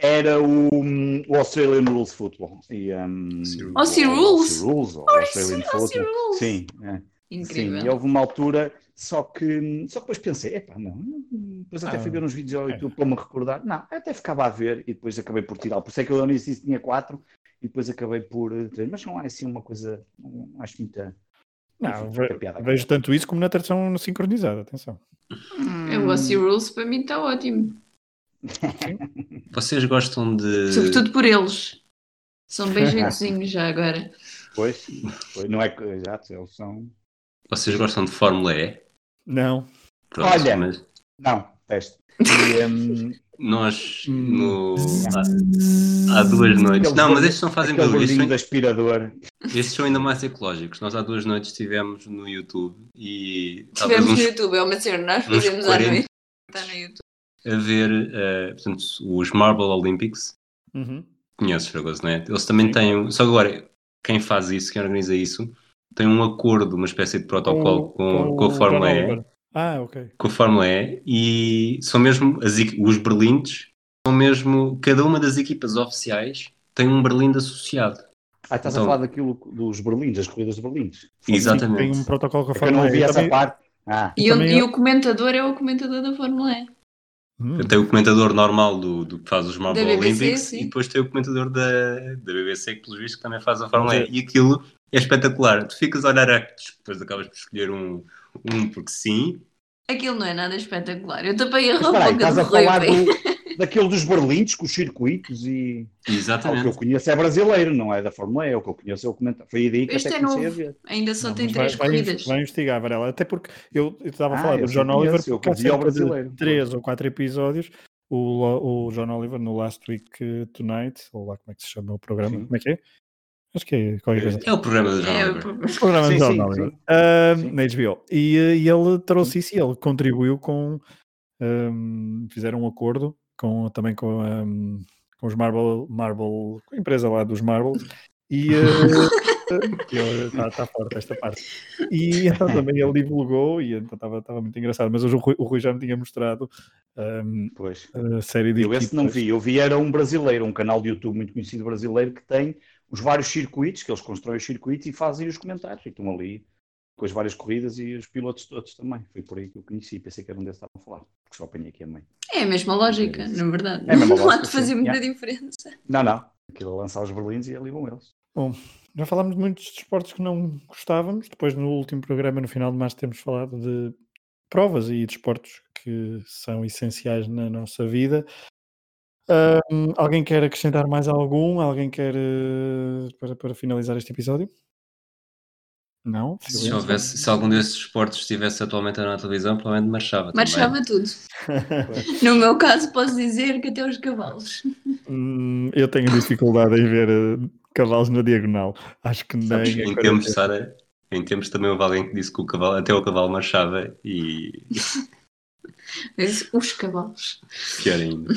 [SPEAKER 3] Era o, hum, o Australian Rules Football. E, um,
[SPEAKER 2] Aussie Rules.
[SPEAKER 4] Aussie
[SPEAKER 3] ou
[SPEAKER 4] Rules?
[SPEAKER 3] Aussie Rules, ou Australian
[SPEAKER 4] Aussie
[SPEAKER 3] Football.
[SPEAKER 4] Rules.
[SPEAKER 3] Sim, é.
[SPEAKER 4] Incrível.
[SPEAKER 3] Sim, e houve uma altura, só que, só que depois pensei, epá, não, não, depois até
[SPEAKER 1] Ah.
[SPEAKER 3] fui ver uns vídeos ao
[SPEAKER 1] É.
[SPEAKER 3] YouTube para me recordar, não, até ficava a ver e depois acabei por tirar, por isso é que eu não disse isso, tinha quatro e depois acabei por eh, três, mas não é assim uma coisa, não, não acho muita,
[SPEAKER 1] Não,
[SPEAKER 3] muita
[SPEAKER 1] ve-
[SPEAKER 3] piada.
[SPEAKER 1] vejo tanto isso como na tradução sincronizada. Atenção.
[SPEAKER 4] É, O Aussie Rules para mim está ótimo.
[SPEAKER 2] vocês gostam de.
[SPEAKER 4] Sobretudo por eles. São bem jeitosinhos já agora.
[SPEAKER 3] Pois, pois, não é que, exato, eles são,
[SPEAKER 2] Vocês gostam de Fórmula E?
[SPEAKER 1] Não.
[SPEAKER 2] Pronto,
[SPEAKER 3] Olha.
[SPEAKER 2] mas
[SPEAKER 3] não, teste. E, hum,
[SPEAKER 2] nós
[SPEAKER 1] Hum.
[SPEAKER 2] no... há, há duas noites. Não,
[SPEAKER 3] Aquele
[SPEAKER 2] mas
[SPEAKER 3] gordinho-
[SPEAKER 2] estes não fazem
[SPEAKER 3] aquele
[SPEAKER 2] barulho. Estes
[SPEAKER 3] gordinho
[SPEAKER 2] são,
[SPEAKER 3] do aspirador,
[SPEAKER 2] estes são ainda mais ecológicos. Nós há duas noites estivemos no YouTube e talvez
[SPEAKER 4] Tivemos no
[SPEAKER 2] uns
[SPEAKER 4] YouTube, é uma cena, nós
[SPEAKER 2] uns
[SPEAKER 4] fazemos à
[SPEAKER 2] 40.
[SPEAKER 4] noite. Está no YouTube.
[SPEAKER 2] a ver eh, portanto, os Marble Olympics.
[SPEAKER 1] Uhum.
[SPEAKER 2] Conheces Fragoso, não é? Eles também
[SPEAKER 1] Sim.
[SPEAKER 2] têm. um- Só que agora, quem faz isso, quem organiza isso, tem um acordo, uma espécie de protocolo com, com a
[SPEAKER 1] o
[SPEAKER 2] Fórmula E.
[SPEAKER 1] Donovan. Ah, ok.
[SPEAKER 2] com a Fórmula E e são mesmo as equi- os berlindes são mesmo cada uma das equipas oficiais tem um berlinde associado
[SPEAKER 3] ah, estás a
[SPEAKER 2] Então-
[SPEAKER 3] falar daquilo dos berlindes, das corridas de berlindes,
[SPEAKER 1] Sim, Tem um
[SPEAKER 2] exatamente
[SPEAKER 1] protocolo com a
[SPEAKER 3] é que eu não
[SPEAKER 1] Fórmula E.
[SPEAKER 3] ouvi essa
[SPEAKER 1] Também-
[SPEAKER 3] parte, ah,
[SPEAKER 4] E, onde-
[SPEAKER 1] também
[SPEAKER 4] e
[SPEAKER 1] eu-
[SPEAKER 4] o comentador é o comentador da Fórmula E.
[SPEAKER 1] Hum.
[SPEAKER 2] tem o comentador normal do, do que faz os Marvel
[SPEAKER 4] Da BBC,
[SPEAKER 2] Olympics
[SPEAKER 4] sim.
[SPEAKER 2] e depois tem o comentador da, da BBC que pelos vistos também faz a Fórmula E e aquilo é espetacular tu ficas a olhar a... depois acabas por escolher um um porque sim
[SPEAKER 4] Aquilo não é nada espetacular. Eu tapei a
[SPEAKER 3] Mas espera
[SPEAKER 4] roupa
[SPEAKER 3] aí, estás
[SPEAKER 4] do
[SPEAKER 3] a
[SPEAKER 4] Rui
[SPEAKER 3] falar
[SPEAKER 4] Pedro.
[SPEAKER 3] do, daquele dos berlindes com os circuitos e. Ah, o que eu
[SPEAKER 2] exatamente
[SPEAKER 3] conheço é brasileiro, não é da Fórmula E, o que eu conheço é o comentário. Foi daí que
[SPEAKER 4] Este
[SPEAKER 3] até
[SPEAKER 4] é
[SPEAKER 3] comecei a
[SPEAKER 4] novo.
[SPEAKER 3] ver.
[SPEAKER 4] Ainda só
[SPEAKER 1] Não,
[SPEAKER 4] tem
[SPEAKER 1] mas
[SPEAKER 4] três
[SPEAKER 1] vai, vai,
[SPEAKER 4] corridas.
[SPEAKER 1] vai investigar, Varela. Até porque eu eu estava a
[SPEAKER 3] Ah,
[SPEAKER 1] falar
[SPEAKER 3] eu
[SPEAKER 1] do
[SPEAKER 3] sim
[SPEAKER 1] John
[SPEAKER 3] conheço,
[SPEAKER 1] Oliver,
[SPEAKER 3] eu
[SPEAKER 1] porque há
[SPEAKER 3] conhecia o
[SPEAKER 1] cerca de
[SPEAKER 3] brasileiro.
[SPEAKER 1] três ou quatro episódios. O, Lo- o John Oliver no Last Week eh, Tonight, ou lá como é que se chama o programa,
[SPEAKER 3] Sim. Eh,
[SPEAKER 1] como é que é? Acho que é qualquer coisa.
[SPEAKER 2] é o programa da Jornal
[SPEAKER 4] É, eu-
[SPEAKER 1] O programa
[SPEAKER 3] Sim,
[SPEAKER 1] do John
[SPEAKER 3] sim,
[SPEAKER 1] Oliver,
[SPEAKER 3] sim.
[SPEAKER 1] ah,
[SPEAKER 3] Sim.
[SPEAKER 1] na HBO. E, eh, e ele trouxe isso e ele contribuiu com. ahm, fizeram um acordo com, também com, ahm, com os Marble, Marble, com a empresa lá dos Marbles. E eh, está tá, forte esta parte. E então também ele divulgou, e então estava estava muito engraçado. Mas hoje o Rui, o Rui já me tinha mostrado ehm, ahm,
[SPEAKER 3] Pois.
[SPEAKER 1] a série de.
[SPEAKER 3] Eu esse não
[SPEAKER 1] equipas.
[SPEAKER 3] vi. Eu vi era um brasileiro, um canal de YouTube muito conhecido brasileiro que tem os vários circuitos, que eles constroem os circuitos e fazem os comentários. E estão ali com as várias corridas e os pilotos todos também. Foi por aí que eu conheci. Pensei que era um desses que estavam a falar. Porque só apanhei aqui a mãe.
[SPEAKER 4] é a mesma lógica, na verdade.
[SPEAKER 3] É a mesma
[SPEAKER 4] não há
[SPEAKER 3] lógica,
[SPEAKER 4] de fazer
[SPEAKER 3] sim.
[SPEAKER 4] muita
[SPEAKER 3] Yeah.
[SPEAKER 4] diferença.
[SPEAKER 3] Não, não. Aquilo a lançar os berlindes e ali vão eles.
[SPEAKER 1] Já falámos de muitos desportos que não gostávamos. Depois, no último programa, no final de março, temos falado de provas e desportos que são essenciais na nossa vida. Ahm, alguém quer acrescentar mais algum? Alguém quer eh, para, para finalizar este episódio? Não?
[SPEAKER 2] Se,
[SPEAKER 1] Silêncio.
[SPEAKER 2] houvesse, se algum desses esportes estivesse atualmente na televisão, provavelmente marchava.
[SPEAKER 4] Marchava
[SPEAKER 2] Também.
[SPEAKER 4] tudo. No meu caso, posso dizer que até os cavalos.
[SPEAKER 1] Hum, eu tenho dificuldade em ver eh, cavalos na diagonal. Acho que nem.
[SPEAKER 2] Sabes,
[SPEAKER 1] a
[SPEAKER 2] em,
[SPEAKER 1] quarentena.
[SPEAKER 2] tempos, Sara, em tempos também houve alguém que disse que o cavalo, até o cavalo marchava e
[SPEAKER 4] Mas Os cavalos.
[SPEAKER 2] pior ainda.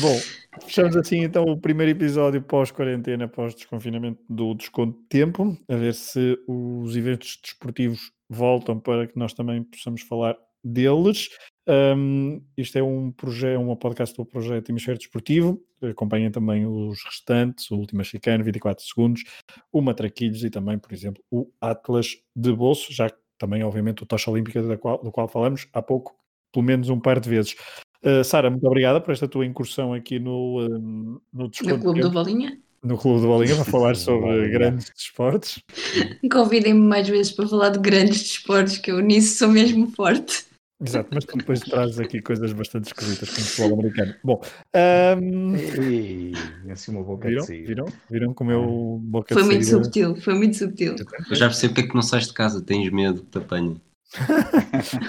[SPEAKER 1] Bom, fechamos assim então o primeiro episódio pós-quarentena, pós-desconfinamento do desconto de tempo, a ver se os eventos desportivos voltam para que nós também possamos falar deles. Ahm, isto é um projeto, um podcast do projeto Hemisfério Desportivo. Acompanhem também os restantes, o Última Chicane, 24 Segundos, o Matraquilhos e também, por exemplo, o Atlas de Bolso, já que também, obviamente, o Tocha Olímpica, da qual- do qual falamos há pouco, pelo menos um par de vezes. Uh, Sara, muito obrigada por esta tua incursão aqui no, um, no
[SPEAKER 4] No
[SPEAKER 1] Desconto
[SPEAKER 4] Clube
[SPEAKER 1] Tempo,
[SPEAKER 4] do Bolinha.
[SPEAKER 1] no Clube do Bolinha para falar sobre
[SPEAKER 3] Bolinha.
[SPEAKER 1] grandes esportes.
[SPEAKER 4] Convidem-me mais vezes para falar de grandes desportos, que eu nisso sou mesmo forte.
[SPEAKER 1] Exato, mas tu depois trazes aqui coisas bastante esquisitas como futebol americano. Bom, ahm,
[SPEAKER 3] E assim uma boca
[SPEAKER 1] viram?
[SPEAKER 3] de saída.
[SPEAKER 1] Viram? Viram como eu boca
[SPEAKER 4] Foi
[SPEAKER 1] de
[SPEAKER 4] muito
[SPEAKER 1] saída?
[SPEAKER 4] subtil, foi muito subtil.
[SPEAKER 2] Eu já percebo porque é que não sais de casa, tens medo que te apanhem.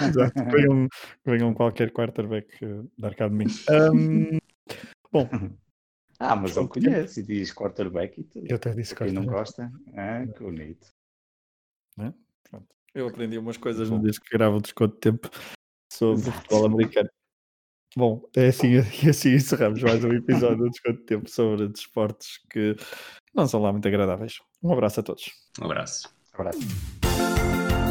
[SPEAKER 1] Exato, que venham, que venham um qualquer quarterback eh, dar cabo de mim. Ahm,
[SPEAKER 3] Ah, mas não conhece. E diz quarterback e tudo.
[SPEAKER 1] eu até disse
[SPEAKER 3] Quem não
[SPEAKER 1] quarterback,
[SPEAKER 3] gosta? Ah, que bonito.
[SPEAKER 1] pronto. Eu aprendi umas coisas
[SPEAKER 3] Bom.
[SPEAKER 1] desde que gravo o desconto de tempo sobre futebol americano. Bom, é assim, e assim encerramos mais um episódio do Desconto de Tempo sobre desportos que não são lá muito agradáveis. Um abraço a todos.
[SPEAKER 2] Um abraço.
[SPEAKER 3] Abraço.